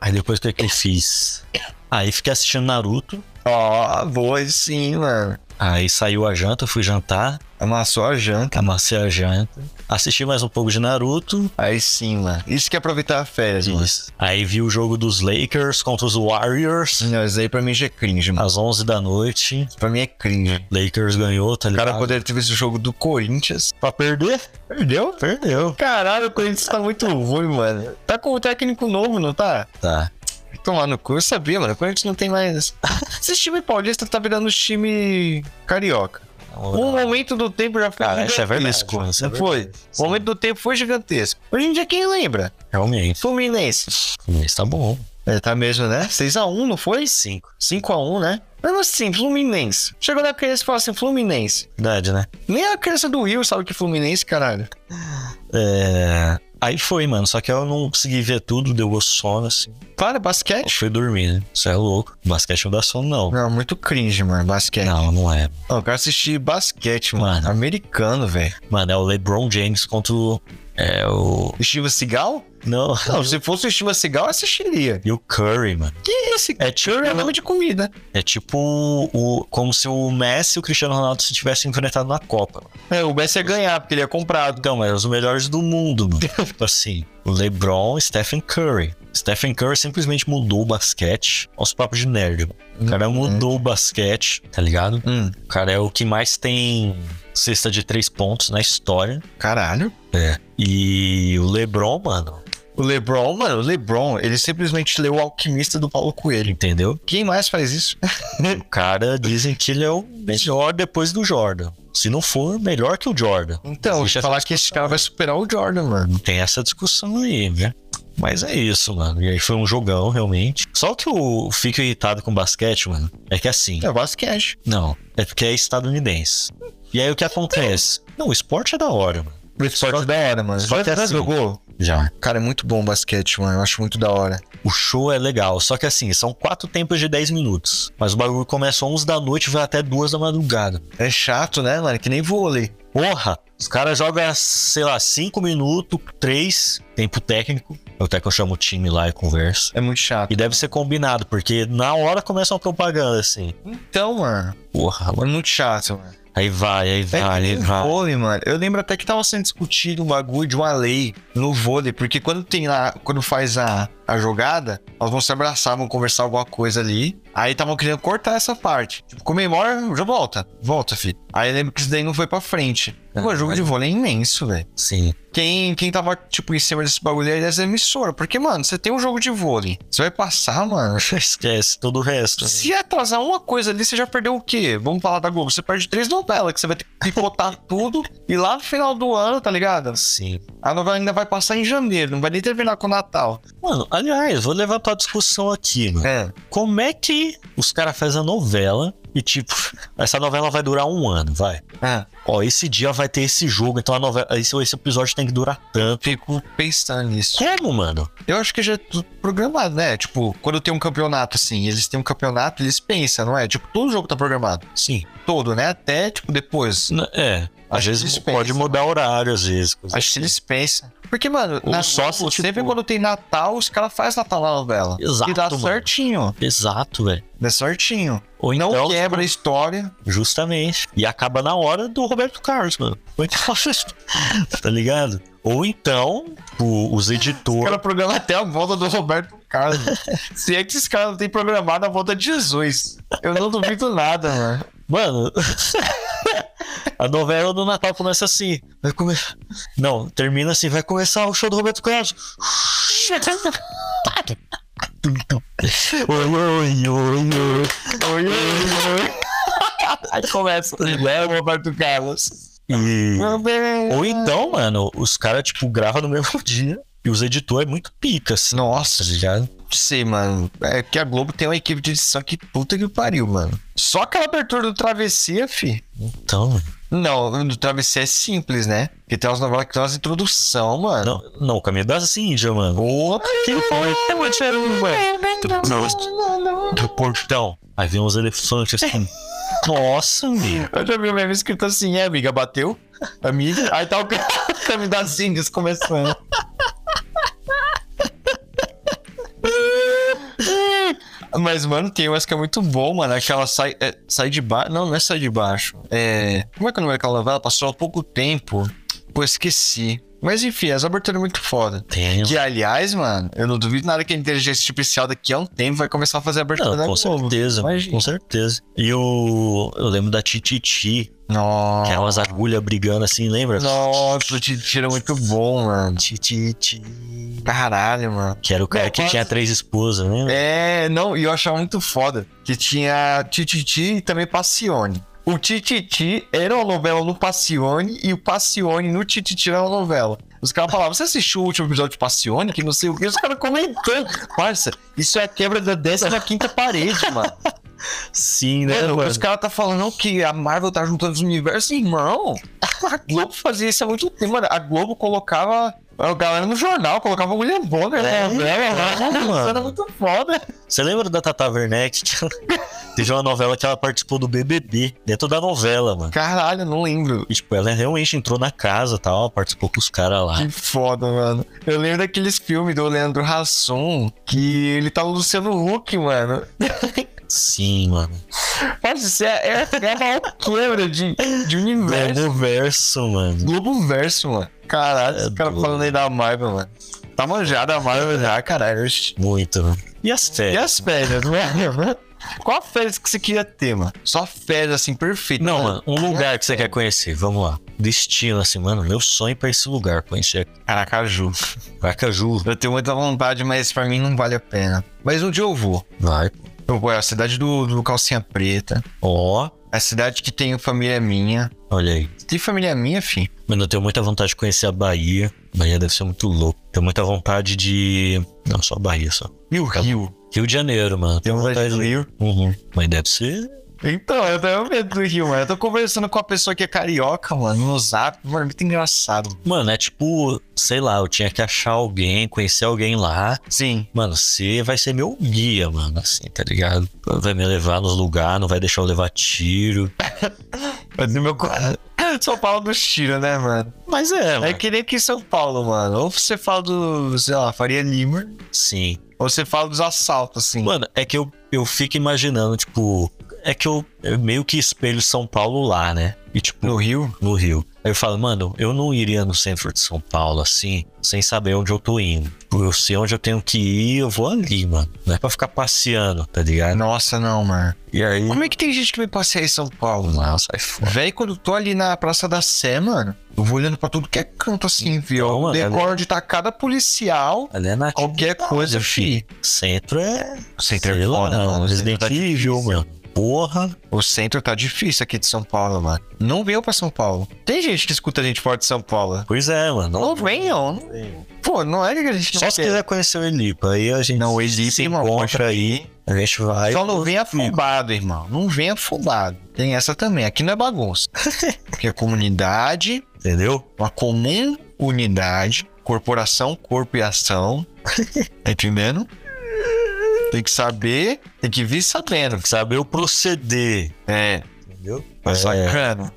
Speaker 1: Aí depois o que, que eu fiz? Aí fiquei assistindo Naruto.
Speaker 2: Ó, boa sim, mano.
Speaker 1: Aí saiu a janta, eu fui jantar,
Speaker 2: Amassou a janta.
Speaker 1: amassei a janta. Assisti mais um pouco de Naruto.
Speaker 2: Aí sim, mano. Isso que é aproveitar a férias, mano.
Speaker 1: Aí vi o jogo dos Lakers contra os Warriors.
Speaker 2: Não, isso aí pra mim já é cringe, mano.
Speaker 1: às 11 da noite.
Speaker 2: Pra mim é cringe.
Speaker 1: Lakers ganhou, tá
Speaker 2: O
Speaker 1: ligado?
Speaker 2: cara poderia ter visto o jogo do Corinthians.
Speaker 1: pra perder?
Speaker 2: Perdeu?
Speaker 1: Perdeu.
Speaker 2: Caralho, o Corinthians tá muito ruim, mano. Tá com um técnico novo, não tá?
Speaker 1: Tá.
Speaker 2: Tomar no cu, eu sabia, mano. O Corinthians não tem mais. Esse time paulista tá virando time carioca. Um
Speaker 1: é-
Speaker 2: momento do tempo já foi
Speaker 1: Cara, isso é
Speaker 2: gigantesco.
Speaker 1: verdade, isso é
Speaker 2: Foi. O momento do tempo foi gigantesco. Hoje em dia, quem lembra?
Speaker 1: Realmente.
Speaker 2: Fluminense.
Speaker 1: Mas tá bom.
Speaker 2: É, tá mesmo, né? 6x1, não foi?
Speaker 1: 5.
Speaker 2: 5x1, né? Mesmo assim, Fluminense. Chegou na criança e falou assim: Fluminense.
Speaker 1: Verdade, né?
Speaker 2: Nem a criança do Will sabe que é Fluminense, caralho.
Speaker 1: É... Aí foi, mano. Só que eu não consegui ver tudo, deu sono, assim.
Speaker 2: Para,
Speaker 1: Eu
Speaker 2: basquete.
Speaker 1: fui dormir, né? Isso é louco. Basquete não dá sono, não.
Speaker 2: Não, muito cringe, mano, basquete.
Speaker 1: Não, não é.
Speaker 2: Ó, eu quero assistir basquete, mano.
Speaker 1: Mano.
Speaker 2: Americano, velho.
Speaker 1: Mano, é o LeBron James contra o. É o.
Speaker 2: Steven Seagal?
Speaker 1: Não.
Speaker 2: Não, se fosse o Steven Seagal, eu assistiria.
Speaker 1: E o Curry, mano.
Speaker 2: Que esse
Speaker 1: É tipo,
Speaker 2: é nome de comida.
Speaker 1: é tipo o, como se o Messi e o Cristiano Ronaldo se tivessem enfrentado na Copa.
Speaker 2: É, o Messi ia ganhar, porque ele é comprado.
Speaker 1: Então, mas os melhores do mundo, mano. tipo assim, o LeBron e Stephen Curry. Stephen Curry simplesmente mudou o basquete aos papos de nerd. mano. O cara mudou o basquete, tá ligado?
Speaker 2: Hum,
Speaker 1: O cara é o que mais tem cesta de três pontos na história.
Speaker 2: caralho.
Speaker 1: E o LeBron, mano,
Speaker 2: O LeBron, mano, o LeBron, ele simplesmente leu O Alquimista do Paulo Coelho.
Speaker 1: entendeu?
Speaker 2: Quem mais faz isso?
Speaker 1: O cara dizem que ele é o melhor depois do Jordan. Se não for, melhor que o Jordan.
Speaker 2: Então,
Speaker 1: Existe
Speaker 2: deixa eu
Speaker 1: essa
Speaker 2: falar que esse cara vai superar o Jordan, mano.
Speaker 1: tem essa discussão aí, né? Mas é isso, mano. E aí foi um jogão, realmente. Só que eu fico irritado com basquete, mano. É que assim.
Speaker 2: É basquete.
Speaker 1: Não. É porque é estadunidense. E aí o que acontece? Não, o esporte é da hora, mano.
Speaker 2: O esporte da hora, mano.
Speaker 1: Só que
Speaker 2: Já
Speaker 1: assim-
Speaker 2: jogou?
Speaker 1: Já.
Speaker 2: Cara, é muito bom o basquete, mano. Eu acho muito da hora.
Speaker 1: O show é legal. Só que assim, são quatro tempos de 10 minutos. Mas o bagulho começa às 11 da noite e vai até 2 da madrugada.
Speaker 2: É chato, né, mano? Que nem vôlei.
Speaker 1: Porra! Os caras jogam, sei lá, 5 minutos, 3, tempo técnico. Até que eu chamo o time lá e converso.
Speaker 2: É muito chato.
Speaker 1: E deve ser combinado, porque na hora começa uma propaganda, assim.
Speaker 2: Então, mano,
Speaker 1: Porra,
Speaker 2: é muito chato, mano.
Speaker 1: Aí vai, aí
Speaker 2: É
Speaker 1: vai, aí
Speaker 2: que nem
Speaker 1: vai.
Speaker 2: vôlei, mano. Eu lembro até que tava sendo discutido um bagulho de uma lei no vôlei, porque quando tem lá, quando faz a, a jogada, elas vão se abraçar, vão conversar alguma coisa ali. Aí estavam querendo cortar essa parte. Tipo, comemora, já volta. Volta, filho. Aí eu lembro que isso daí não foi pra frente.
Speaker 1: É,
Speaker 2: Pô, o jogo
Speaker 1: mas-
Speaker 2: de vôlei é imenso, velho.
Speaker 1: Sim.
Speaker 2: Quem, quem tava, tipo, em cima desse bagulho aí é as emissoras. Porque, mano, você tem um jogo de vôlei. Você vai passar, mano.
Speaker 1: Esquece todo o resto.
Speaker 2: Se atrasar uma coisa ali, você já perdeu o quê? Vamos falar da Globo. Você perde três novelas, que você vai ter que picotar tudo. E lá no final do ano, tá ligado?
Speaker 1: Sim.
Speaker 2: A novela ainda vai passar em janeiro, não vai nem terminar com o Natal.
Speaker 1: Mano, aliás, vou levantar a discussão aqui, mano.
Speaker 2: É.
Speaker 1: Como é que os caras fazem a novela e, tipo, essa novela vai durar um ano, vai.
Speaker 2: é.
Speaker 1: Ó, esse dia vai ter esse jogo, então a novela, esse, esse episódio tem que durar tanto.
Speaker 2: Fico pensando nisso.
Speaker 1: Como, mano?
Speaker 2: Eu acho que já é tudo programado, né? Tipo, quando tem um campeonato assim, eles têm um campeonato, eles pensam, não é? Tipo, todo jogo tá programado.
Speaker 1: Sim.
Speaker 2: Todo, né? Até, tipo, depois.
Speaker 1: N- É. Às
Speaker 2: Acho que
Speaker 1: vezes
Speaker 2: dispensa,
Speaker 1: pode mudar horário, às vezes. coisa
Speaker 2: Acho que
Speaker 1: assim.
Speaker 2: eles pensam. Porque, mano,
Speaker 1: Ou só se,
Speaker 2: Globo,
Speaker 1: tipo-
Speaker 2: sempre quando tem Natal, os caras fazem Natal na novela.
Speaker 1: Exato,
Speaker 2: E dá
Speaker 1: mano.
Speaker 2: certinho.
Speaker 1: Exato, velho.
Speaker 2: Dá certinho.
Speaker 1: Ou
Speaker 2: Não
Speaker 1: então,
Speaker 2: quebra a história.
Speaker 1: Justamente. E acaba na hora do Roberto Carlos, mano. Como é que faz isso? tá ligado? Ou então, o- os
Speaker 2: Os
Speaker 1: editores.
Speaker 2: caras programam até a volta do Roberto Carlos. Se é que esses caras não têm programado a volta de Jesus. Eu não duvido nada, mano.
Speaker 1: Mano. A novela do Natal começa assim. Vai
Speaker 2: é?
Speaker 1: come... Não, termina assim, vai começar o show do Roberto Carlos.
Speaker 2: Aí começa. É o Roberto Carlos.
Speaker 1: E-
Speaker 2: Meu bem.
Speaker 1: Ou então, mano, os caras, tipo, gravam no mesmo dia. E os editores é muito pica, assim.
Speaker 2: Nossa,
Speaker 1: tá ligado?
Speaker 2: sei, mano. É que a Globo tem uma equipe de edição que puta que pariu, mano. Só aquela abertura do Travessia, fi.
Speaker 1: Então,
Speaker 2: Não, do Travessia é simples, né? Porque tem umas novelas que tem umas introdução, mano.
Speaker 1: não, não, o caminho é das índias, mano.
Speaker 2: Porra,
Speaker 1: Que foi? Eu vou tirar um, ué, do- Do portão. Aí vem uns elefantes assim.
Speaker 2: É.
Speaker 1: Nossa, amigo.
Speaker 2: Eu já vi uma vez escrito assim, é, amiga, bateu? Amiga? Aí tá o cara me dá assim, descomeçando. Mas, mano, tem umas que é muito bom, mano. Aquela sai, é, sai de baixo. Não, não é sai de baixo. É. Como é que é o nome daquela novela? Passou há pouco tempo. Pô, esqueci. Mas enfim, essa abertura é muito foda.
Speaker 1: Tem. um-
Speaker 2: Que, aliás, mano, eu não duvido nada que a inteligência artificial daqui a um tempo vai começar a fazer a abertura
Speaker 1: Não,
Speaker 2: da
Speaker 1: com
Speaker 2: Globo.
Speaker 1: certeza,
Speaker 2: Imagina.
Speaker 1: com certeza. E o. Eu lembro da Tititi, que
Speaker 2: Nossa.
Speaker 1: eram as agulhas brigando assim, lembra?
Speaker 2: Nossa, o Titira é muito bom, mano.
Speaker 1: Tititi.
Speaker 2: Caralho, mano.
Speaker 1: Que era o cara
Speaker 2: Não,
Speaker 1: que
Speaker 2: quase.
Speaker 1: tinha três esposas, né?
Speaker 2: É, não, e eu achava muito foda que tinha Tititi e também Passione. O Tititi era uma novela no Passione e o Passione no Tititi era uma novela. Os caras falavam, você assistiu o último episódio de Passione? Que não sei o que, os caras comentando. Parça, isso é a quebra da 15 quinta parede, mano.
Speaker 1: Sim, né,
Speaker 2: Mano,
Speaker 1: mano?
Speaker 2: os caras tá falando não, que a Marvel tá juntando os universos, irmão. A Globo fazia isso há muito tempo, mano. A Globo colocava a galera no jornal, colocava mulher boa, né?
Speaker 1: É,
Speaker 2: Isso
Speaker 1: mano.
Speaker 2: era muito foda.
Speaker 1: Você lembra da Tata Werneck? que ela- Teve uma novela que ela participou do BBB, dentro da novela, mano.
Speaker 2: Caralho, não lembro.
Speaker 1: E, tipo, ela realmente entrou na casa e tal, participou com os caras lá.
Speaker 2: Que foda, mano. Eu lembro daqueles filmes do Leandro Hassum que ele tá o Luciano Huck, mano.
Speaker 1: Sim, mano.
Speaker 2: Pode ser, é, é uma altura de, de universo.
Speaker 1: Globo Verso, mano.
Speaker 2: Globo Verso, mano. Caralho,
Speaker 1: É
Speaker 2: os caras
Speaker 1: doido.
Speaker 2: falando aí da Marvel, mano. Tá manjada a Marvel já, caralho. Oxi.
Speaker 1: Muito, mano. E as
Speaker 2: E
Speaker 1: férias?
Speaker 2: as férias, mano? Qual a férias que você queria ter, mano? Só férias, assim, perfeita.
Speaker 1: Não, mano, um lugar que você quer conhecer, vamos lá. Destino, assim, mano, meu sonho é pra esse lugar, conhecer
Speaker 2: Caracaju.
Speaker 1: Aracaju.
Speaker 2: Eu tenho muita vontade, mas pra mim não vale a pena. Mas um dia eu vou.
Speaker 1: Vai.
Speaker 2: Eu vou, é a cidade do, do Calcinha Preta.
Speaker 1: Ó,
Speaker 2: É a cidade que tem família minha.
Speaker 1: olha aí.
Speaker 2: Tem família minha, fi?
Speaker 1: Mano, eu tenho muita vontade de conhecer a Bahia. Bahia deve ser muito louco. Tenho muita vontade de. Não, só Bahia, só.
Speaker 2: E o Rio?
Speaker 1: Rio de Janeiro, mano.
Speaker 2: Tem
Speaker 1: Tenho
Speaker 2: vontade do
Speaker 1: de-
Speaker 2: Rio?
Speaker 1: Uhum. Mas deve ser.
Speaker 2: Então, eu tenho medo do Rio, mano. Eu tô conversando com uma pessoa que é carioca, mano, no zap. Mano, é muito engraçado.
Speaker 1: Mano, é tipo, sei lá, eu tinha que achar alguém, conhecer alguém lá.
Speaker 2: Sim.
Speaker 1: Mano, você vai ser meu guia, mano, assim, tá ligado? Vai me levar nos lugares, não vai deixar eu levar tiro.
Speaker 2: Mas no meu coração. São Paulo dos tiros, né, mano?
Speaker 1: Mas é,
Speaker 2: É
Speaker 1: mano.
Speaker 2: que nem aqui em São Paulo, mano. Ou você fala do, sei lá, Faria Lima,
Speaker 1: Sim.
Speaker 2: ou você fala dos assaltos, assim.
Speaker 1: Mano, é que eu, eu fico imaginando, tipo, é que eu, eu meio que espelho São Paulo lá, né? E tipo,
Speaker 2: No
Speaker 1: no,
Speaker 2: Rio?
Speaker 1: Rio. Aí eu falo, mano, eu não iria no centro de São Paulo assim, sem saber onde eu tô indo. Tipo, eu sei onde eu tenho que ir, eu vou ali, mano. Não é pra ficar passeando, tá ligado?
Speaker 2: Nossa, não, mano.
Speaker 1: E aí.
Speaker 2: Como é que tem gente que me passeia em São Paulo, mano?
Speaker 1: Não, sai fora.
Speaker 2: Véi, quando eu tô ali na Praça da Sé, mano, eu vou olhando pra tudo que é canto, assim,
Speaker 1: Então,
Speaker 2: viu?
Speaker 1: mano,
Speaker 2: Decoro de tacada policial,
Speaker 1: Ali é na
Speaker 2: qualquer coisa, fi.
Speaker 1: Centro é.
Speaker 2: Centro é
Speaker 1: sei lá,
Speaker 2: foda, mano.
Speaker 1: Resident
Speaker 2: Centro é
Speaker 1: Evil,
Speaker 2: difícil.
Speaker 1: mano. Porra.
Speaker 2: O centro tá difícil aqui de São Paulo, mano. Não venham pra São Paulo. Tem gente que escuta a gente fora de São Paulo.
Speaker 1: Pois é, mano.
Speaker 2: Não venham. não- Pô, não é que a gente não
Speaker 1: Só se
Speaker 2: quer.
Speaker 1: quiser conhecer o Elipa, aí a gente
Speaker 2: Não, o Elipa
Speaker 1: se
Speaker 2: é uma
Speaker 1: encontra
Speaker 2: coisa
Speaker 1: aí. A gente vai.
Speaker 2: Só não vem afobado, irmão. Não vem afobado. Tem essa também. Aqui não é bagunça. Aqui é comunidade,
Speaker 1: Entendeu?
Speaker 2: uma comum unidade, corporação, corpo e ação. Tá entendendo? Tem que saber, tem que vir sabendo.
Speaker 1: Tem que saber o proceder,
Speaker 2: É,
Speaker 1: entendeu?
Speaker 2: tá
Speaker 1: É,
Speaker 2: sacando.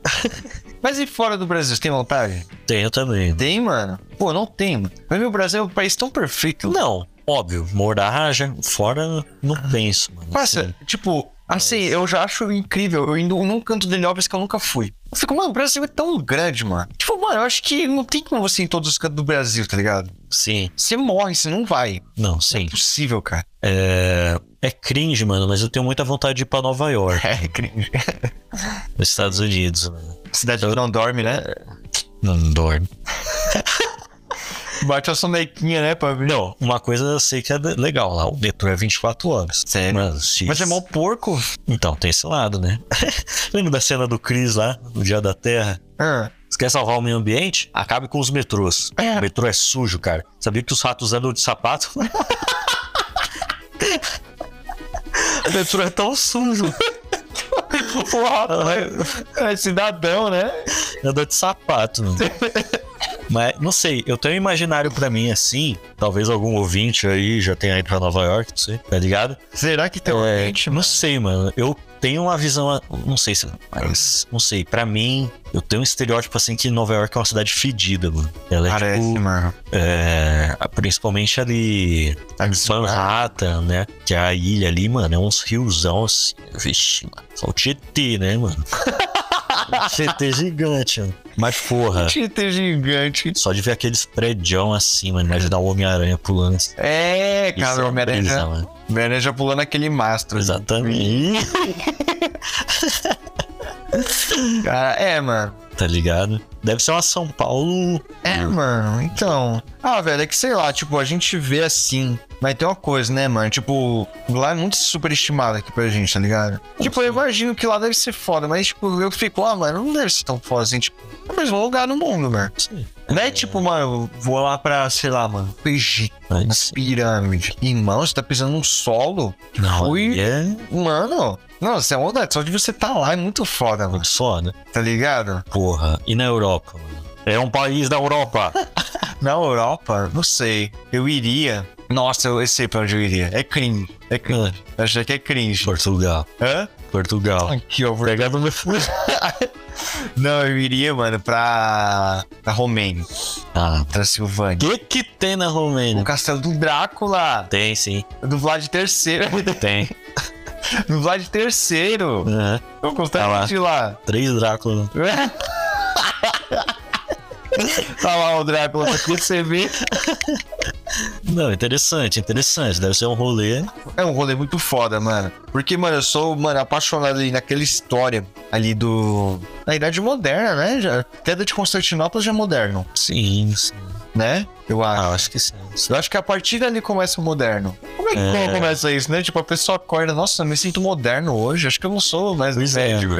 Speaker 2: Mas e fora do Brasil, você tem vontade?
Speaker 1: tenho também.
Speaker 2: Tem, mano? Pô, não tem, mano. Mas meu Brasil é um país tão perfeito.
Speaker 1: Não, óbvio, morar já fora não
Speaker 2: Ah,
Speaker 1: penso, mano.
Speaker 2: Passa,
Speaker 1: Assim,
Speaker 2: tipo, assim, eu já acho incrível. Eu indo num canto de obras que eu nunca fui. Eu fico, mano, o Brasil é tão grande, mano. Tipo, mano, eu acho que não tem como você ir em todos os cantos do Brasil, tá ligado?
Speaker 1: Sim,
Speaker 2: Você morre, você não vai.
Speaker 1: não, sim.
Speaker 2: Impossível, cara.
Speaker 1: É, é cringe, mano, mas eu tenho muita vontade de ir pra Nova York,
Speaker 2: É, cringe.
Speaker 1: nos Estados Unidos, mano.
Speaker 2: Cidade que não dorme, né?
Speaker 1: Não dorme.
Speaker 2: Bate a sonequinha, né, pra ver.
Speaker 1: Não, uma coisa eu sei que é de- legal lá, o Detran é 24 horas.
Speaker 2: Sério?
Speaker 1: Mas, se-
Speaker 2: Mas é mó porco.
Speaker 1: Então, tem esse lado, né? Lembra da cena do Chris lá, no Dia da Terra?
Speaker 2: É.
Speaker 1: Você quer salvar o meio ambiente? Acabe com os metrôs.
Speaker 2: É.
Speaker 1: O metrô é sujo, cara. Sabia que os ratos andam de sapato? o metrô é tão sujo.
Speaker 2: O rato é, é cidadão, né?
Speaker 1: Andou de sapato, mano. Mas não sei, eu tenho um imaginário pra mim assim. Talvez algum ouvinte aí já tenha ido pra Nova York, não sei, tá ligado?
Speaker 2: Será que tem um
Speaker 1: É,
Speaker 2: gente,
Speaker 1: não sei, mano. Eu tenho uma visão. Não sei se. Mas. Não sei. Pra mim, eu tenho um estereótipo assim que Nova York é uma cidade fedida, mano. Ela é
Speaker 2: Parece,
Speaker 1: tipo.
Speaker 2: mano.
Speaker 1: é, principalmente ali.
Speaker 2: Tá me zoando. tipo,
Speaker 1: Manhattan, né? Que é a ilha ali, mano. É uns riozão assim. Vixe, mano. Só o Tietê, né, mano? Tietê gigante, mano. Mas porra.
Speaker 2: Cheater gigante.
Speaker 1: Só de ver aqueles prédios assim, mano. Imaginar o Homem-Aranha pulando. assim.
Speaker 2: É,
Speaker 1: Isso
Speaker 2: cara,
Speaker 1: é
Speaker 2: o Homem-Aranha
Speaker 1: brisa,
Speaker 2: já-
Speaker 1: mano.
Speaker 2: Homem-Aranha já pulando aquele mastro.
Speaker 1: Exatamente.
Speaker 2: Cara, é, mano.
Speaker 1: tá ligado? Deve ser uma São Paulo.
Speaker 2: É, mano, então. Ah, velho, é que sei lá, tipo, a gente vê assim. Mas tem uma coisa, né, mano? Tipo, lá é muito superestimado aqui pra gente, tá ligado? Tipo, eu imagino que lá deve ser foda, mas, tipo, eu fico, ah, mano, não deve ser tão foda assim. Tipo, é o mesmo lugar no mundo, mano.
Speaker 1: Sim.
Speaker 2: Não é tipo, mano, eu vou lá pra, sei lá, mano, pro Egito, nas
Speaker 1: Mas,
Speaker 2: pirâmides. Irmão, você tá pisando num solo?
Speaker 1: não,
Speaker 2: Fui-
Speaker 1: ali é
Speaker 2: Mano, não, você é onda, só de você tá lá é muito foda, mano.
Speaker 1: só, né?
Speaker 2: Tá ligado?
Speaker 1: Porra. E na Europa, mano? É um país da Europa.
Speaker 2: Na Europa, não sei. Eu iria. Nossa, eu eu sei pra onde eu iria. É cringe. É cringe.
Speaker 1: Ah,
Speaker 2: Eu achei que é cringe.
Speaker 1: Portugal.
Speaker 2: Hã?
Speaker 1: Portugal.
Speaker 2: Aqui, ó.
Speaker 1: Pegar no meu.
Speaker 2: Não, eu iria, mano, pra. pra Romênia,
Speaker 1: Ah. O
Speaker 2: Transilvânia.
Speaker 1: que que tem na
Speaker 2: O
Speaker 1: Romênia?
Speaker 2: castelo do Drácula,
Speaker 1: Tem sim.
Speaker 2: do Vlad III.
Speaker 1: Tem.
Speaker 2: do Vlad III.
Speaker 1: Aham.
Speaker 2: Eu gostaria
Speaker 1: Tá lá.
Speaker 2: de ir lá.
Speaker 1: Três Drácula.
Speaker 2: tá lá o Drácula pra você ver.
Speaker 1: Não, interessante, interessante. Deve ser um rolê.
Speaker 2: É um rolê muito foda, mano. Porque, mano, eu sou, mano, apaixonado ali naquela história ali do. Da Idade Moderna, né? Já, até da de Constantinopla já é moderno,
Speaker 1: Sim, sim.
Speaker 2: né? Eu acho.
Speaker 1: Ah, acho que sim.
Speaker 2: Eu acho que a partir dali começa o moderno. Como é que
Speaker 1: É.
Speaker 2: como começa isso, né? Tipo, a pessoa acorda, nossa, me sinto moderno hoje, acho que eu não sou mais
Speaker 1: Pois é,
Speaker 2: velho.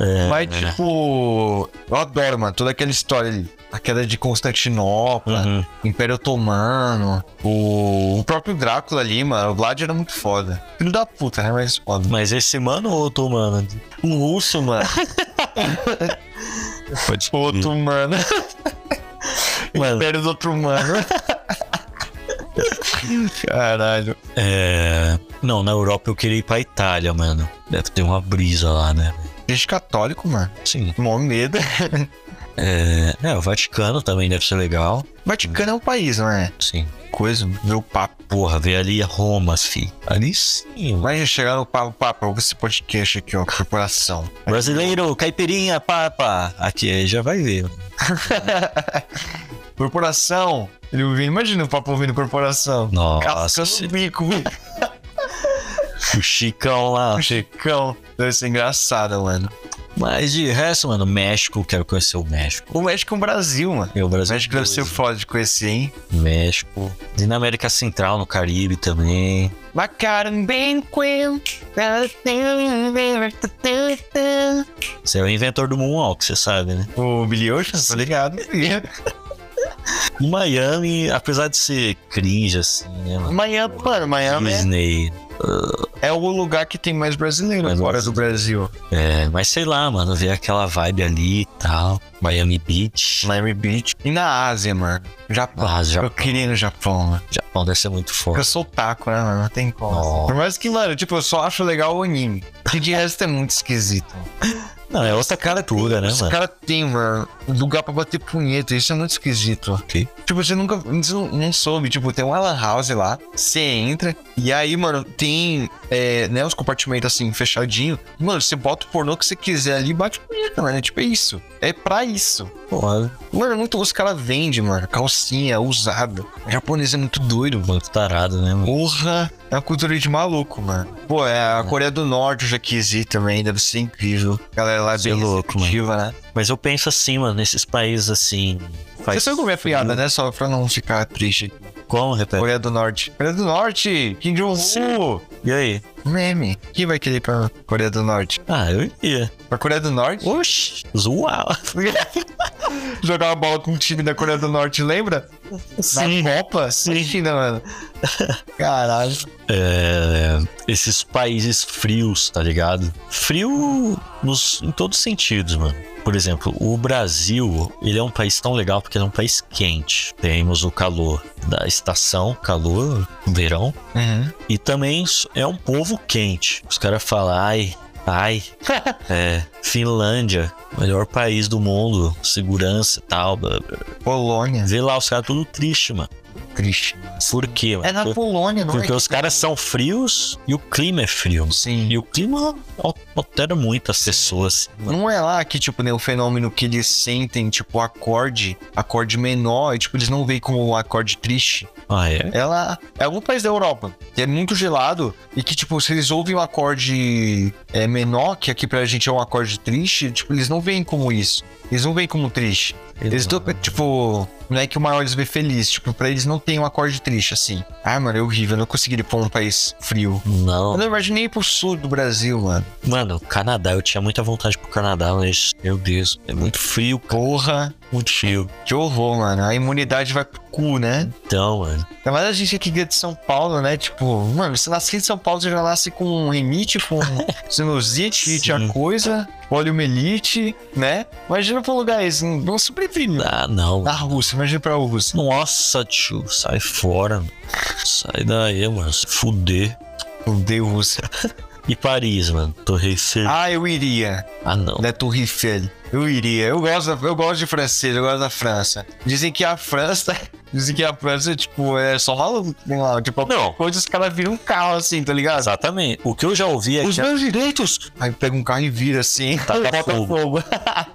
Speaker 1: É,
Speaker 2: Mas, tipo, eu adoro, mano, toda aquela história ali. A queda de Constantinopla,
Speaker 1: Uhum.
Speaker 2: Império Otomano, o... o próprio Drácula ali, mano. O Vlad era muito foda. Filho da puta, né? Mas foda.
Speaker 1: Mas esse mano ou outro mano?
Speaker 2: Um russo, mano.
Speaker 1: Pode
Speaker 2: Outro mano.
Speaker 1: Mano,
Speaker 2: Império do outro Hum. mano. Caralho.
Speaker 1: É. Não, na Europa eu queria ir pra Itália, mano. Deve ter uma brisa lá, né?
Speaker 2: Gente católico, mano.
Speaker 1: Sim.
Speaker 2: Mó medo.
Speaker 1: É. é, o Vaticano também deve ser legal.
Speaker 2: Vaticano é um país, não é?
Speaker 1: Sim.
Speaker 2: Coisa, ver o papo.
Speaker 1: Porra, ver ali a Roma, fi. Ali sim. mano.
Speaker 2: Imagina chegar no papo, papo, eu vou esse podcast aqui, ó, corporação.
Speaker 1: Brasileiro, caipirinha, papa. Aqui aí já vai ver.
Speaker 2: Corporação! Ele ouvindo, imagina o papo ouvindo corporação.
Speaker 1: Nossa,
Speaker 2: Cascando o bico,
Speaker 1: o Chicão lá.
Speaker 2: o checão. Deve ser engraçado, mano.
Speaker 1: Mas de resto, mano, México, quero conhecer o México.
Speaker 2: O México é um Brasil, mano.
Speaker 1: E o
Speaker 2: O
Speaker 1: Brasil.
Speaker 2: México deve ser foda de conhecer, hein?
Speaker 1: México. E na América Central, no Caribe também.
Speaker 2: Macaron bem
Speaker 1: Você é o inventor do Moonwalk, você sabe, né?
Speaker 2: O Billy Ocean, tô ligado.
Speaker 1: Em Miami, apesar de ser cringe, assim, né, mano?
Speaker 2: Miami, mano, Miami é-
Speaker 1: Disney.
Speaker 2: é o lugar que tem mais brasileiro
Speaker 1: Mais
Speaker 2: fora do Brasil.
Speaker 1: É, mas sei lá, mano, ver aquela vibe ali e tal. Miami Beach.
Speaker 2: Miami Beach. E na Ásia, mano. Japão.
Speaker 1: Ah,
Speaker 2: Eu
Speaker 1: Japão,
Speaker 2: queria ir no Japão, mano.
Speaker 1: Japão deve ser muito
Speaker 2: Porque
Speaker 1: forte.
Speaker 2: eu sou taco, né, mano? Não tem como.
Speaker 1: Nossa.
Speaker 2: Por mais que, mano, tipo, eu só acho legal o anime. Que de resto é muito esquisito.
Speaker 1: Não, é outra cultura, né,
Speaker 2: Os
Speaker 1: mano?
Speaker 2: caras têm, mano, um lugar pra bater punheta. Isso é muito esquisito.
Speaker 1: Ok.
Speaker 2: Tipo, você nunca. Você não, não soube. Tipo, tem uma lan house lá. Você entra. E aí, mano, tem. É, né, os compartimentos assim, fechadinho. Mano, você bota o pornô que você quiser ali e bate punheta, mano. É tipo, é isso. É pra isso.
Speaker 1: Porra,
Speaker 2: Mano, é muito os caras vendem, mano. Calcinha, usada. O japonês é muito doido, mano.
Speaker 1: muito tarado, né, mano?
Speaker 2: Porra, é uma cultura de maluco, mano. Pô, é a Coreia do Norte eu já quis ir também, deve ser incrível. A galera lá é
Speaker 1: Você
Speaker 2: bem
Speaker 1: é louco,
Speaker 2: receptiva, né?
Speaker 1: Mas eu penso assim, mano, nesses países assim. faz.
Speaker 2: Você sabe como é a piada, né? Só pra não ficar triste.
Speaker 1: Como, repete?
Speaker 2: Coreia do Norte. Coreia do Norte! Kim Jong-un!
Speaker 1: E aí?
Speaker 2: Meme. Quem vai querer ir pra Coreia do Norte?
Speaker 1: Ah, eu ia.
Speaker 2: Pra Coreia do Norte?
Speaker 1: Oxi, zoar.
Speaker 2: Jogar uma bola com um time da Coreia do Norte, lembra?
Speaker 1: Sim.
Speaker 2: Na Copa? Sim. China, mano. Caralho.
Speaker 1: É, esses países frios, tá ligado? Frio nos, em todos os sentidos, mano. Por exemplo, o Brasil, ele é um país tão legal porque ele é um país quente. Temos o calor da estação, calor, verão,
Speaker 2: Uhum.
Speaker 1: e também é um povo quente. Os caras falam, ai, ai, é, Finlândia, melhor país do mundo, segurança e tal. blá, blá.
Speaker 2: Polônia.
Speaker 1: Vê lá os caras tudo triste, mano.
Speaker 2: Triste.
Speaker 1: Por quê, mano?
Speaker 2: É na
Speaker 1: Por-
Speaker 2: Polônia, não
Speaker 1: porque
Speaker 2: é?
Speaker 1: os caras são frios e o clima é frio.
Speaker 2: Sim.
Speaker 1: E o clima al- altera muito as pessoas.
Speaker 2: Não é lá que, tipo, né, o fenômeno que eles sentem, tipo, acorde, acorde menor, e, tipo, eles não veem como um acorde triste.
Speaker 1: Ah, é?
Speaker 2: Ela é algum país da Europa que é muito gelado e que, tipo, se eles ouvem um acorde é, menor, que aqui pra gente é um acorde triste, tipo, eles não veem como isso. Eles não veem como triste. Eles tão, tipo, não é que o maior eles vê feliz, tipo, pra eles não tem um acorde triste assim. Ah, mano, é horrível, eu não conseguiria ir pra um país frio. Eu
Speaker 1: Não.
Speaker 2: não imaginei ir pro sul do Brasil, mano.
Speaker 1: Mano, Canadá, eu tinha muita vontade pro Canadá, mas, meu Deus, é muito frio, cara,
Speaker 2: Porra,
Speaker 1: muito frio.
Speaker 2: que horror, mano. A imunidade vai pro cu, né?
Speaker 1: Então, mano.
Speaker 2: Ainda mais a gente aqui que é de São Paulo, né? Tipo, mano, você nasce em São Paulo, você já nasce com um rinite, com um sinusite, tinha
Speaker 1: Sim.
Speaker 2: coisa, poliomielite, né? Imagina pra um lugar esse, não não sobrevive.
Speaker 1: Ah, não.
Speaker 2: Na Rússia, imagina pra Rússia.
Speaker 1: Nossa, tio, sai fora. mano. Sai daí, mano. Se fuder.
Speaker 2: Odeio Rússia.
Speaker 1: E Paris, mano. Torre Eiffel.
Speaker 2: Ah, eu iria,
Speaker 1: Ah, não.
Speaker 2: da Torre Eiffel. Eu iria. Eu gosto, da- eu gosto de francês, eu gosto da França. Dizem que a França... Dizem que a França, tipo, é só maluco, tem lá, tipo,
Speaker 1: Não.
Speaker 2: coisa os caras viram um carro assim, tá ligado?
Speaker 1: Exatamente. O que eu já ouvi é
Speaker 2: Os
Speaker 1: que
Speaker 2: meus direitos! Aí pega um carro e vira assim,
Speaker 1: Taca
Speaker 2: bota
Speaker 1: Tá fogo.
Speaker 2: fogo.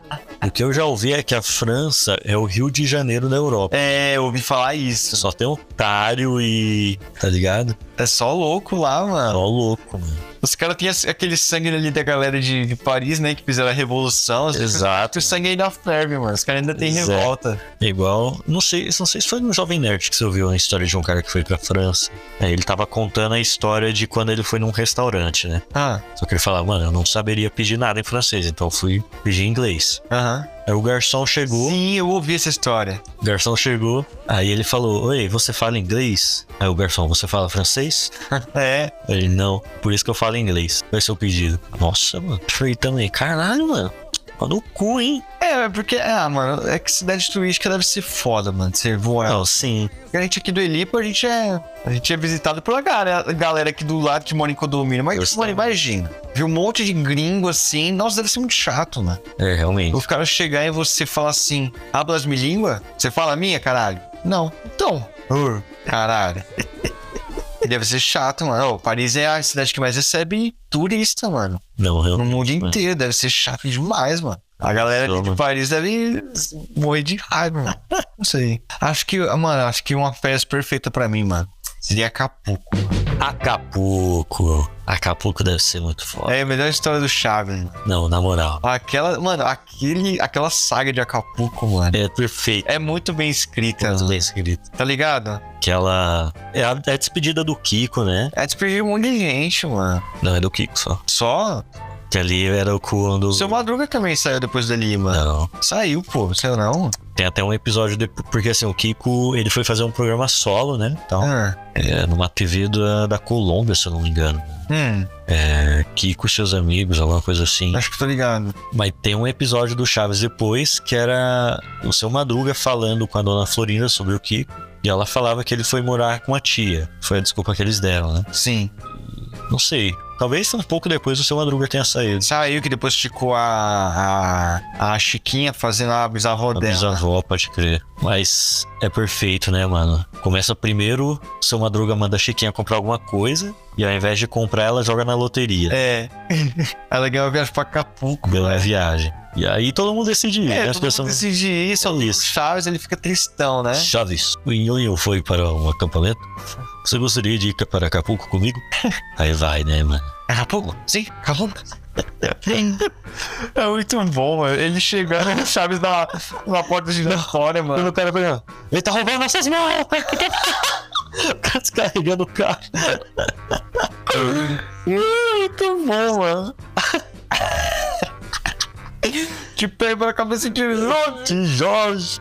Speaker 1: a, o que eu já ouvi é que a França é o Rio de Janeiro da Europa.
Speaker 2: É, eu ouvi falar isso.
Speaker 1: Só tem otário e. Tá ligado?
Speaker 2: É só louco lá, mano.
Speaker 1: Ó, louco, mano.
Speaker 2: Os caras têm esse- aquele sangue ali da galera de de Paris, né? Que fizeram a revolução.
Speaker 1: Exato.
Speaker 2: O sangue ainda ferve, mano. Os caras ainda têm
Speaker 1: Pois é.
Speaker 2: revolta.
Speaker 1: É Igual, não sei, não sei se foi no Jovem Nerd que você ouviu a história de um cara que foi pra França. Aí ele tava contando a história de quando ele foi num restaurante, né?
Speaker 2: Ah,
Speaker 1: Só que ele falava, mano, eu não saberia pedir nada em francês, então eu fui pedir em inglês.
Speaker 2: aham.
Speaker 1: Aí o garçom chegou,
Speaker 2: Sim, eu ouvi essa história.
Speaker 1: o garçom chegou, aí ele falou, oi, você fala inglês? Aí o garçom, você fala francês?
Speaker 2: É.
Speaker 1: Ele, não, por isso que eu falo inglês, vai ser o pedido. Nossa, mano, foi também, caralho, mano, Ó no cu, hein?
Speaker 2: É, é porque, ah, mano, é que cidade turística deve ser foda, mano. Você voa.
Speaker 1: Não, sim,
Speaker 2: A gente aqui do Elipo, a gente é. A gente é visitado pela galera, galera aqui do lado que mora em condomínio.
Speaker 1: Eu
Speaker 2: Mas,
Speaker 1: sei.
Speaker 2: mano, imagina. Viu um monte de gringo assim. Nossa, deve ser muito chato, mano.
Speaker 1: é, realmente.
Speaker 2: O cara chegar e você falar assim, hablas me língua? Você fala minha, caralho? Não. Então. Uh, caralho. Deve ser chato, mano. Ô, Paris é a cidade que mais recebe turista, mano.
Speaker 1: Não,
Speaker 2: No
Speaker 1: realmente.
Speaker 2: mundo inteiro. Deve ser chato demais, mano. A galera
Speaker 1: Sou,
Speaker 2: de
Speaker 1: mano.
Speaker 2: Paris deve morrer de raiva, mano. Não sei. Acho que, mano, acho que uma festa perfeita pra mim, mano. Seria Acapulco.
Speaker 1: Acapulco. Acapulco deve ser muito foda.
Speaker 2: É a melhor história do Chaves, mano.
Speaker 1: Não, na moral.
Speaker 2: Aquela, mano, aquele, aquela saga de Acapulco, mano.
Speaker 1: É perfeito.
Speaker 2: É muito bem escrita,
Speaker 1: Muito
Speaker 2: mano.
Speaker 1: bem escrito.
Speaker 2: Tá ligado?
Speaker 1: Aquela. É a, é a despedida do Kiko, né?
Speaker 2: É despedir um monte de gente, mano.
Speaker 1: Não, é do Kiko só.
Speaker 2: Só?
Speaker 1: Que ali era o quando.
Speaker 2: Seu Madruga também saiu depois dali, mano.
Speaker 1: Não.
Speaker 2: Saiu, pô. Saiu não?
Speaker 1: Tem até um episódio. De... Porque assim, o Kiko ele foi fazer um programa solo, né? Então,
Speaker 2: Ah.
Speaker 1: é, numa TV da, da Colômbia, se eu não me engano.
Speaker 2: Hum,
Speaker 1: É, Kiko e seus amigos, alguma coisa assim.
Speaker 2: acho que tô ligado.
Speaker 1: Mas tem um episódio do Chaves depois que era o seu Madruga falando com a dona Florinda sobre o Kiko. E ela falava que ele foi morar com a tia. Foi a desculpa que eles deram, né?
Speaker 2: Sim.
Speaker 1: Não sei. Talvez um pouco depois o seu Madruga tenha saído.
Speaker 2: Saiu que depois ficou a. a, a Chiquinha fazendo a bisavó
Speaker 1: A
Speaker 2: dela.
Speaker 1: bisavó, pode crer. Mas é perfeito, né, mano? Começa primeiro, o seu Madruga manda a Chiquinha comprar alguma coisa. E ao invés de comprar, ela joga na loteria.
Speaker 2: É. Ela ganhou a viagem pra Acapulco.
Speaker 1: Bela viagem. E aí todo mundo decide ir, né?
Speaker 2: É,
Speaker 1: As
Speaker 2: todo mundo
Speaker 1: pessoas...
Speaker 2: decide isso.
Speaker 1: É
Speaker 2: O
Speaker 1: isso.
Speaker 2: Chaves, ele fica tristão, né?
Speaker 1: Chaves, o Nhonho foi para um acampamento? Você gostaria de ir para Acapulco comigo? Aí vai, né, mano?
Speaker 2: Acapulco? Sim, Acapulco. É muito bom, mano. Ele chegando no Chaves na, na porta giratória, mano.
Speaker 1: Quando o cara fala, ele tá roubando vocês mil euros. O cara Tá descarregando o carro.
Speaker 2: Muito bom, mano. Te pego pela cabeça de longe.
Speaker 1: De Jorge.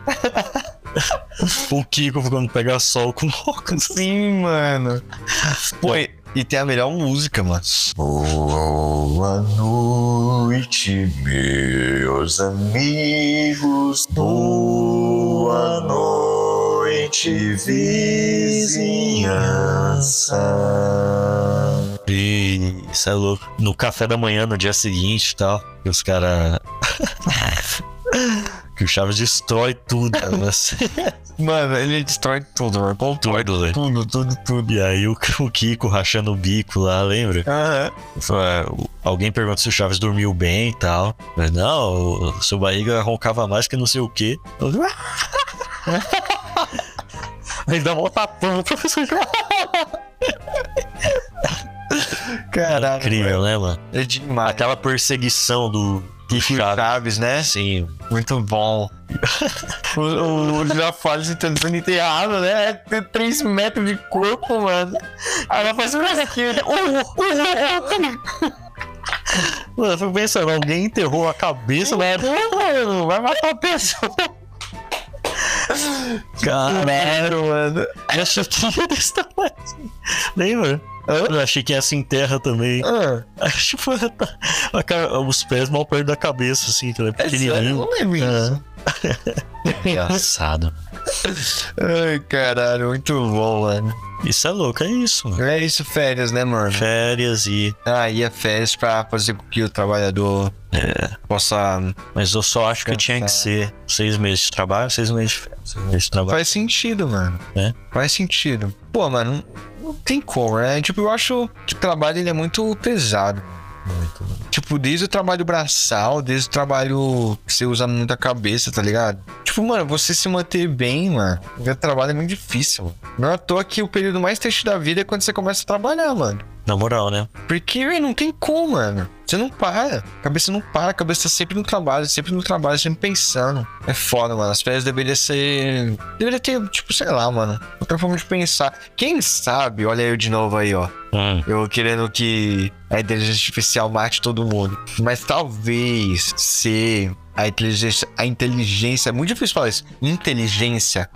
Speaker 1: o Kiko ficando pegar sol com assim. o óculos.
Speaker 2: Sim, mano. Pô, e, e tem a melhor música, mano. Boa noite, meus amigos. Boa noite, vizinhança.
Speaker 1: E isso é louco. No café da manhã, no dia seguinte e tal. E os caras. que o Chaves destrói tudo. né? Mas-
Speaker 2: Mano, ele destrói tudo, mano. Controla
Speaker 1: Tudo, velho.
Speaker 2: tudo, tudo, tudo.
Speaker 1: E aí o, o Kiko rachando o bico lá, lembra?
Speaker 2: Aham.
Speaker 1: Fala, o- "É, Alguém pergunta se o Chaves dormiu bem e tal. Mas, não, o seu barriga roncava mais que não sei o quê. Eu- Aí dá um tapão pro professor Chaves.
Speaker 2: Caralho.
Speaker 1: Incrível, né, mano?
Speaker 2: mano. É demais.
Speaker 1: Aquela perseguição do, do
Speaker 2: Fui
Speaker 1: Chaves. assim.
Speaker 2: Chaves, né?
Speaker 1: Sim,
Speaker 2: Muito bom. o o, o Júlio Afales tentando tá enterrado, né? É 3 metros de corpo, mano. Aí ela faz mais aqui. né?"
Speaker 1: Mano, eu fico pensando, alguém enterrou a cabeça, né?
Speaker 2: Mano, vai matar a pessoa. Ah,
Speaker 1: Cara,
Speaker 2: Mero, mano.
Speaker 1: eu achei que ia desse tamanho. Lembra?
Speaker 2: Hã?
Speaker 1: Eu achei que essa enterra também.
Speaker 2: Ah,
Speaker 1: Acho que foi tá- a cara- os pés mal perto da cabeça, assim, que ela é
Speaker 2: é sério, Ah. eu
Speaker 1: pequenininho.
Speaker 2: não lembro disso.
Speaker 1: Engraçado.
Speaker 2: Ai, caralho, muito bom, mano.
Speaker 1: Isso é louco, é isso, mano.
Speaker 2: É isso, férias, né, mano?
Speaker 1: Férias e.
Speaker 2: Aí é férias pra fazer com que o trabalhador É. possa.
Speaker 1: Mas eu só acho que tinha que ser seis meses de trabalho, seis meses de férias. Seis meses de trabalho.
Speaker 2: Faz sentido, mano.
Speaker 1: É.
Speaker 2: Faz sentido. Pô, mano, não tem como, né? Tipo, eu acho que o trabalho ele é muito pesado. Tipo, desde o trabalho braçal, desde o trabalho que você usa muito a cabeça, tá ligado? Tipo, mano, você se manter bem, mano. O trabalho é muito difícil, mano. Não é à toa que o período mais triste da vida é quando você começa a trabalhar, mano.
Speaker 1: Na moral, né?
Speaker 2: Porque véi, não tem como, mano. Você não para. A cabeça não para, a cabeça tá sempre no trabalho, sempre no trabalho, sempre pensando. É foda, mano. As férias deveria ser. Deveria ter, tipo, sei lá, mano. Outra forma de pensar. Quem sabe, olha eu de novo aí, ó.
Speaker 1: Hum.
Speaker 2: Eu querendo que a inteligência artificial mate todo mundo. Mas talvez se a inteligência. A inteligência. É muito difícil falar isso. Inteligência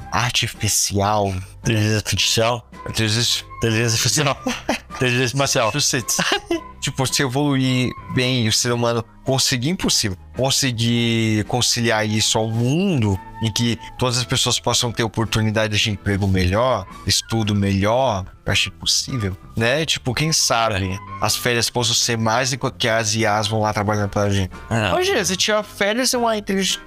Speaker 2: artificial.
Speaker 1: Inteligência artificial.
Speaker 2: Inteligência
Speaker 1: Inteligência artificial. Inteligência marcial.
Speaker 2: Massachusetts. tipo, se evoluir bem e o ser humano conseguir impossível, conseguir conciliar isso ao mundo em que todas as pessoas possam ter oportunidades de emprego melhor, estudo melhor, eu acho impossível, né? Tipo, quem sabe as férias possam ser mais do que as IAs vão lá trabalhando pra gente.
Speaker 1: Ah,
Speaker 2: Hoje, você tira férias e uma, intelig-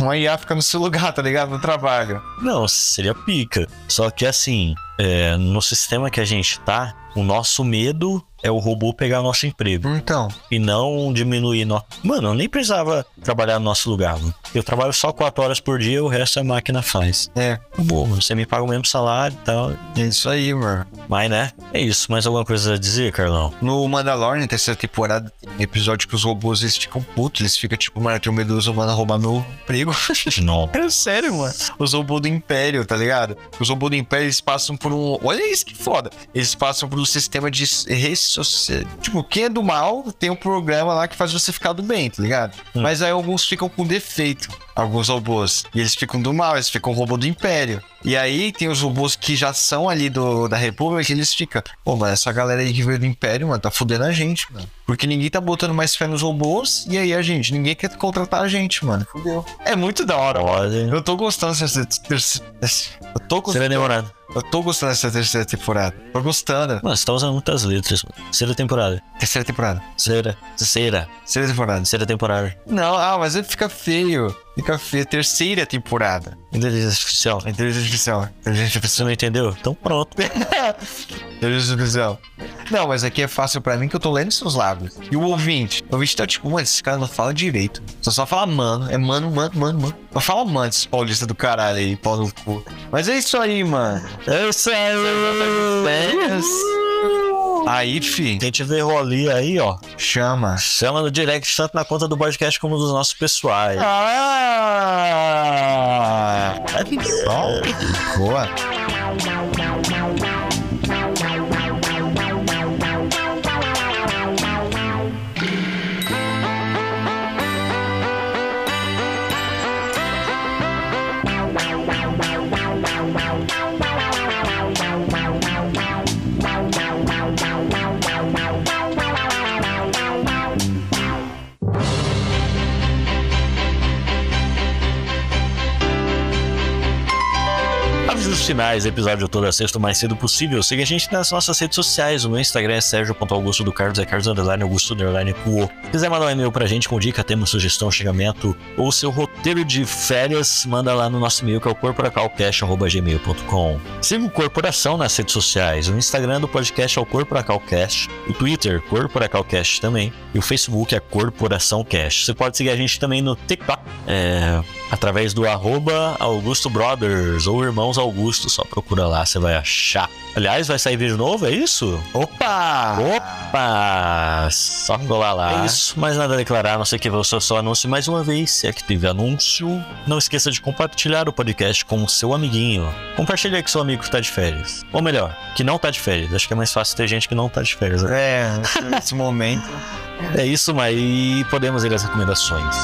Speaker 2: uma IA fica no seu lugar, tá ligado? No trabalho.
Speaker 1: não, seria pica. Só que assim, é, no sistema que a gente tá, o nosso medo é o robô pegar nosso emprego.
Speaker 2: Então,
Speaker 1: e não diminuir. No... Mano, eu nem precisava trabalhar no nosso lugar. Mano. Eu trabalho só 4 horas por dia, o resto a máquina faz.
Speaker 2: é,
Speaker 1: Bom, você me paga o mesmo salário e tal.
Speaker 2: é isso aí, mano.
Speaker 1: Mas né, é isso. Mais alguma coisa a dizer, Carlão?
Speaker 2: No Mandalorian, terceira temporada, tem um episódio que os robôs eles ficam putos, eles ficam tipo, mano, eu tenho medo dos humanos roubar meu emprego.
Speaker 1: Não.
Speaker 2: É sério, mano. Os robôs do Império, tá ligado? Os robôs do Império, eles passam por um. Olha isso que foda. Eles passam por um sistema de ressoci... Tipo, quem é do mal tem um programa lá que faz você ficar do bem, tá ligado? Mas aí alguns ficam com defeito. Alguns robôs. E eles ficam do mal, eles ficam robô do Império. E aí tem os robôs que já são ali do, da República, eles ficam. Pô, mano, essa galera aí que veio do Império, mano, tá fudendo a gente, mano. Porque ninguém tá botando mais fé nos robôs. E aí a gente, ninguém quer contratar a gente, mano. Fudeu. É muito da hora,
Speaker 1: Olha.
Speaker 2: eu tô gostando dessa terceira. Eu tô gostando.
Speaker 1: Será demorado.
Speaker 2: Eu tô gostando dessa terceira temporada. Tô gostando.
Speaker 1: Mano, você tá usando muitas letras. mano. Terceira temporada.
Speaker 2: Terceira temporada.
Speaker 1: Terceira. Terceira.
Speaker 2: Terceira temporada.
Speaker 1: Terceira temporada.
Speaker 2: Não, ah, mas aí fica feio. Fica feio. Terceira temporada.
Speaker 1: Inteligência artificial.
Speaker 2: Inteligência artificial. Inteligência
Speaker 1: Você não entendeu? Então pronto.
Speaker 2: artificial. Inteligência artificial. Não, mas aqui é fácil pra mim que eu tô lendo seus lábios. E o ouvinte? O ouvinte tá tipo, mano, esse cara não fala direito. Só só fala mano. É mano, mano, mano, mano. Só fala mano, esse paulista do caralho aí, pau no é cu. Mas é isso aí, mano.
Speaker 1: Eu sei.
Speaker 2: Férias. Aí, fi,
Speaker 1: Quem tiver rolinho aí, ó,
Speaker 2: chama.
Speaker 1: chama no direct, tanto na conta do podcast como dos nossos pessoais.
Speaker 2: Ah! Bom, boa.
Speaker 1: Avisos finais, episódio toda sexta o mais cedo possível. Siga a gente nas nossas redes sociais. O meu Instagram é sergio.augusto do Carlos, é Carlos Underline, Augusto Underline Cuo. Se quiser mandar um e-mail pra gente com dica, tema, sugestão, xingamento ou seu roteiro de férias, manda lá no nosso e-mail que é o corporacalcast.gmail.com. Siga o Corporação nas redes sociais. O Instagram do podcast é o Corporacalcast, o Twitter, Corporacalcast também, e o Facebook é Corporação Cast. Você pode seguir a gente também no TikTok, é, através do arroba Augusto Brothers ou Irmãos Augusto. Só procura lá, você vai achar. Aliás, vai sair vídeo novo, é isso?
Speaker 2: Opa!
Speaker 1: Opa! Só colar lá. Ah. É isso, mais nada a declarar, a não ser que eu só, só anúncio mais uma vez, se é que teve anúncio. Não esqueça de compartilhar o podcast com o seu amiguinho. Compartilha que seu amigo que tá de férias. Ou melhor, que não tá de férias. Acho que é mais fácil ter gente que não tá de férias. né?
Speaker 2: É, nesse momento.
Speaker 1: É isso, mas e podemos ir às recomendações.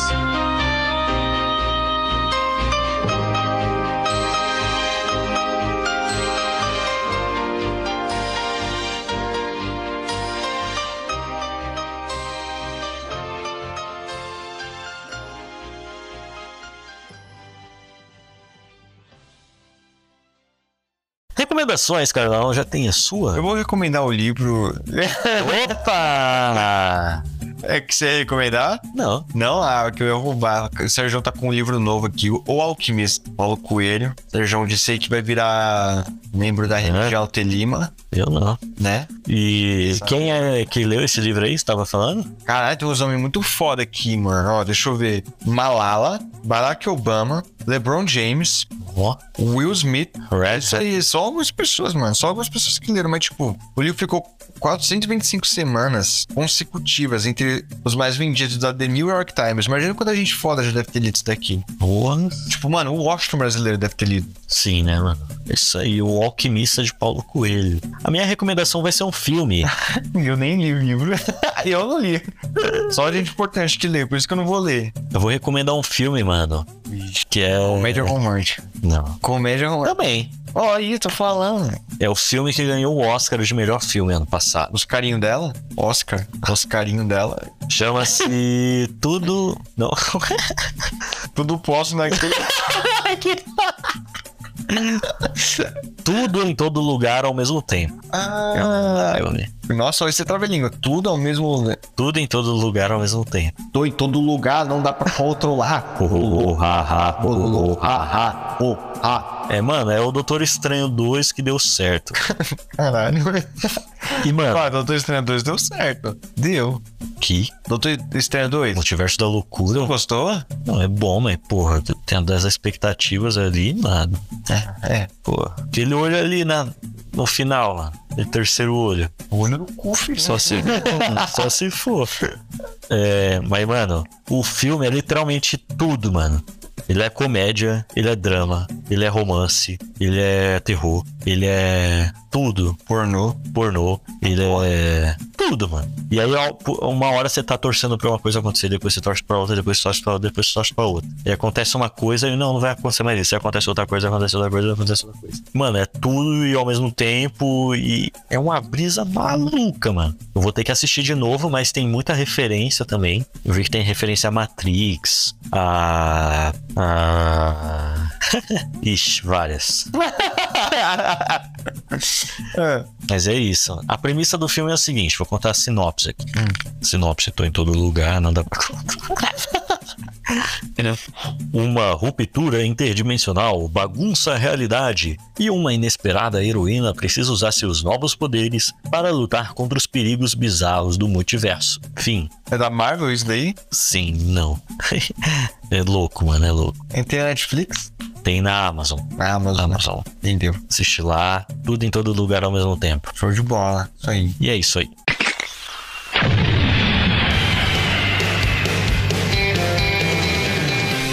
Speaker 1: Recomendações, Carlão, já tem a sua?
Speaker 2: Eu vou recomendar o livro.
Speaker 1: Opa!
Speaker 2: É que você ia recomendar?
Speaker 1: Não.
Speaker 2: Não, ah, que eu ia roubar. O Sérgio tá com um livro novo aqui, O Alquimista, Paulo Coelho. Sérgio disse aí que vai virar membro da rede Alta e Lima,
Speaker 1: Eu não.
Speaker 2: né?
Speaker 1: E quem é que leu esse livro aí? Você tava falando?
Speaker 2: Caralho, tem uns homens muito foda aqui, mano. Ó, deixa eu ver. Malala, Barack Obama, LeBron James,
Speaker 1: Ó,
Speaker 2: Will Smith.
Speaker 1: Red.
Speaker 2: Isso aí, só algumas pessoas, mano. Só algumas pessoas que leram, mas tipo, o livro ficou 425 semanas consecutivas entre os mais vendidos da The New York Times. Imagina quanta gente foda já deve ter lido isso daqui.
Speaker 1: Boa.
Speaker 2: Tipo, mano, o Washington brasileiro deve ter lido.
Speaker 1: Sim, né, mano? Isso aí, O Alquimista de Paulo Coelho. A minha recomendação vai ser um filme.
Speaker 2: Eu nem li o livro. eu não li. Só gente importante que lê, por isso que eu não vou ler.
Speaker 1: Eu vou recomendar um filme, mano. Que é. o-
Speaker 2: Comédia romântica.
Speaker 1: Não.
Speaker 2: Comédia romântica.
Speaker 1: Também.
Speaker 2: Ó, aí, tô falando.
Speaker 1: É o filme que ganhou o Oscar de melhor filme ano passado.
Speaker 2: Oscarinho dela? Oscar. Oscarinho dela.
Speaker 1: Chama-se Tudo. Não.
Speaker 2: Tudo posso naquele.
Speaker 1: Tudo em todo lugar ao mesmo tempo.
Speaker 2: Ah,
Speaker 1: Filme.
Speaker 2: nossa, hoje você trava a língua. Tudo ao mesmo.
Speaker 1: Tudo em todo lugar ao mesmo tempo.
Speaker 2: Tô em todo lugar, não dá pra controlar.
Speaker 1: Oh, oh, oh, ha, ha, oh, oh, oh, ha.
Speaker 2: ah, oh, ah.
Speaker 1: É, mano, é o Doutor Estranho 2 que deu certo.
Speaker 2: Caralho.
Speaker 1: E, mano,
Speaker 2: Ó, Doutor Estranho 2 deu certo. Deu.
Speaker 1: que
Speaker 2: Doutor Estranho 2.
Speaker 1: multiverso da loucura.
Speaker 2: Gostou?
Speaker 1: Não, é bom, mas, porra, tendo as expectativas ali, mano.
Speaker 2: É.
Speaker 1: Porra. Aquele olho ali na, no final, lá. Aquele terceiro olho.
Speaker 2: Olho no cu, filho.
Speaker 1: Só se, só se for. É, mas, mano, o filme é literalmente tudo, mano. Ele é comédia, ele é drama, ele é romance, ele é terror, ele é tudo.
Speaker 2: Pornô.
Speaker 1: Pornô, ele é tudo, mano. E aí, ó, pu- uma hora você tá torcendo pra uma coisa acontecer, depois você torce pra outra, depois você torce pra outra, depois você torce pra outra. E acontece uma coisa e não, não vai acontecer mais isso. Aí acontece outra coisa, acontece outra coisa, acontece outra coisa. Mano, é tudo e ao mesmo tempo e é uma brisa maluca, mano. Eu vou ter que assistir de novo, mas tem muita referência também. Eu vi que tem referência a Matrix, a. a... Ixi, várias.
Speaker 2: É.
Speaker 1: Mas é isso. A premissa do filme é a seguinte: vou contar a sinopse aqui. Sinopse, tô em todo lugar, não dá pra contar. Uma ruptura interdimensional bagunça a realidade e uma inesperada heroína precisa usar seus novos poderes para lutar contra os perigos bizarros do multiverso. Fim.
Speaker 2: É da Marvel isso daí?
Speaker 1: Sim, não. é louco, mano, é louco.
Speaker 2: Entrei na Netflix?
Speaker 1: Tem na Amazon.
Speaker 2: Ah, mas
Speaker 1: Amazon.
Speaker 2: entendeu.
Speaker 1: Assiste lá, tudo em todo lugar ao mesmo tempo.
Speaker 2: Show de bola. Isso aí.
Speaker 1: E é isso aí.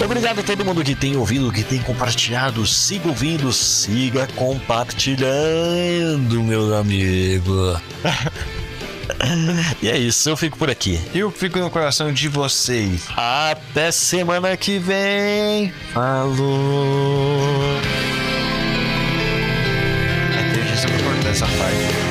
Speaker 1: Obrigado a todo mundo que tem ouvido, que tem compartilhado. Siga ouvindo, siga compartilhando, meu amigo. e é isso, eu fico por aqui.
Speaker 2: Eu fico no coração de vocês.
Speaker 1: Até semana que vem. Falou.
Speaker 2: Até hoje eu sempre cortei essa parte.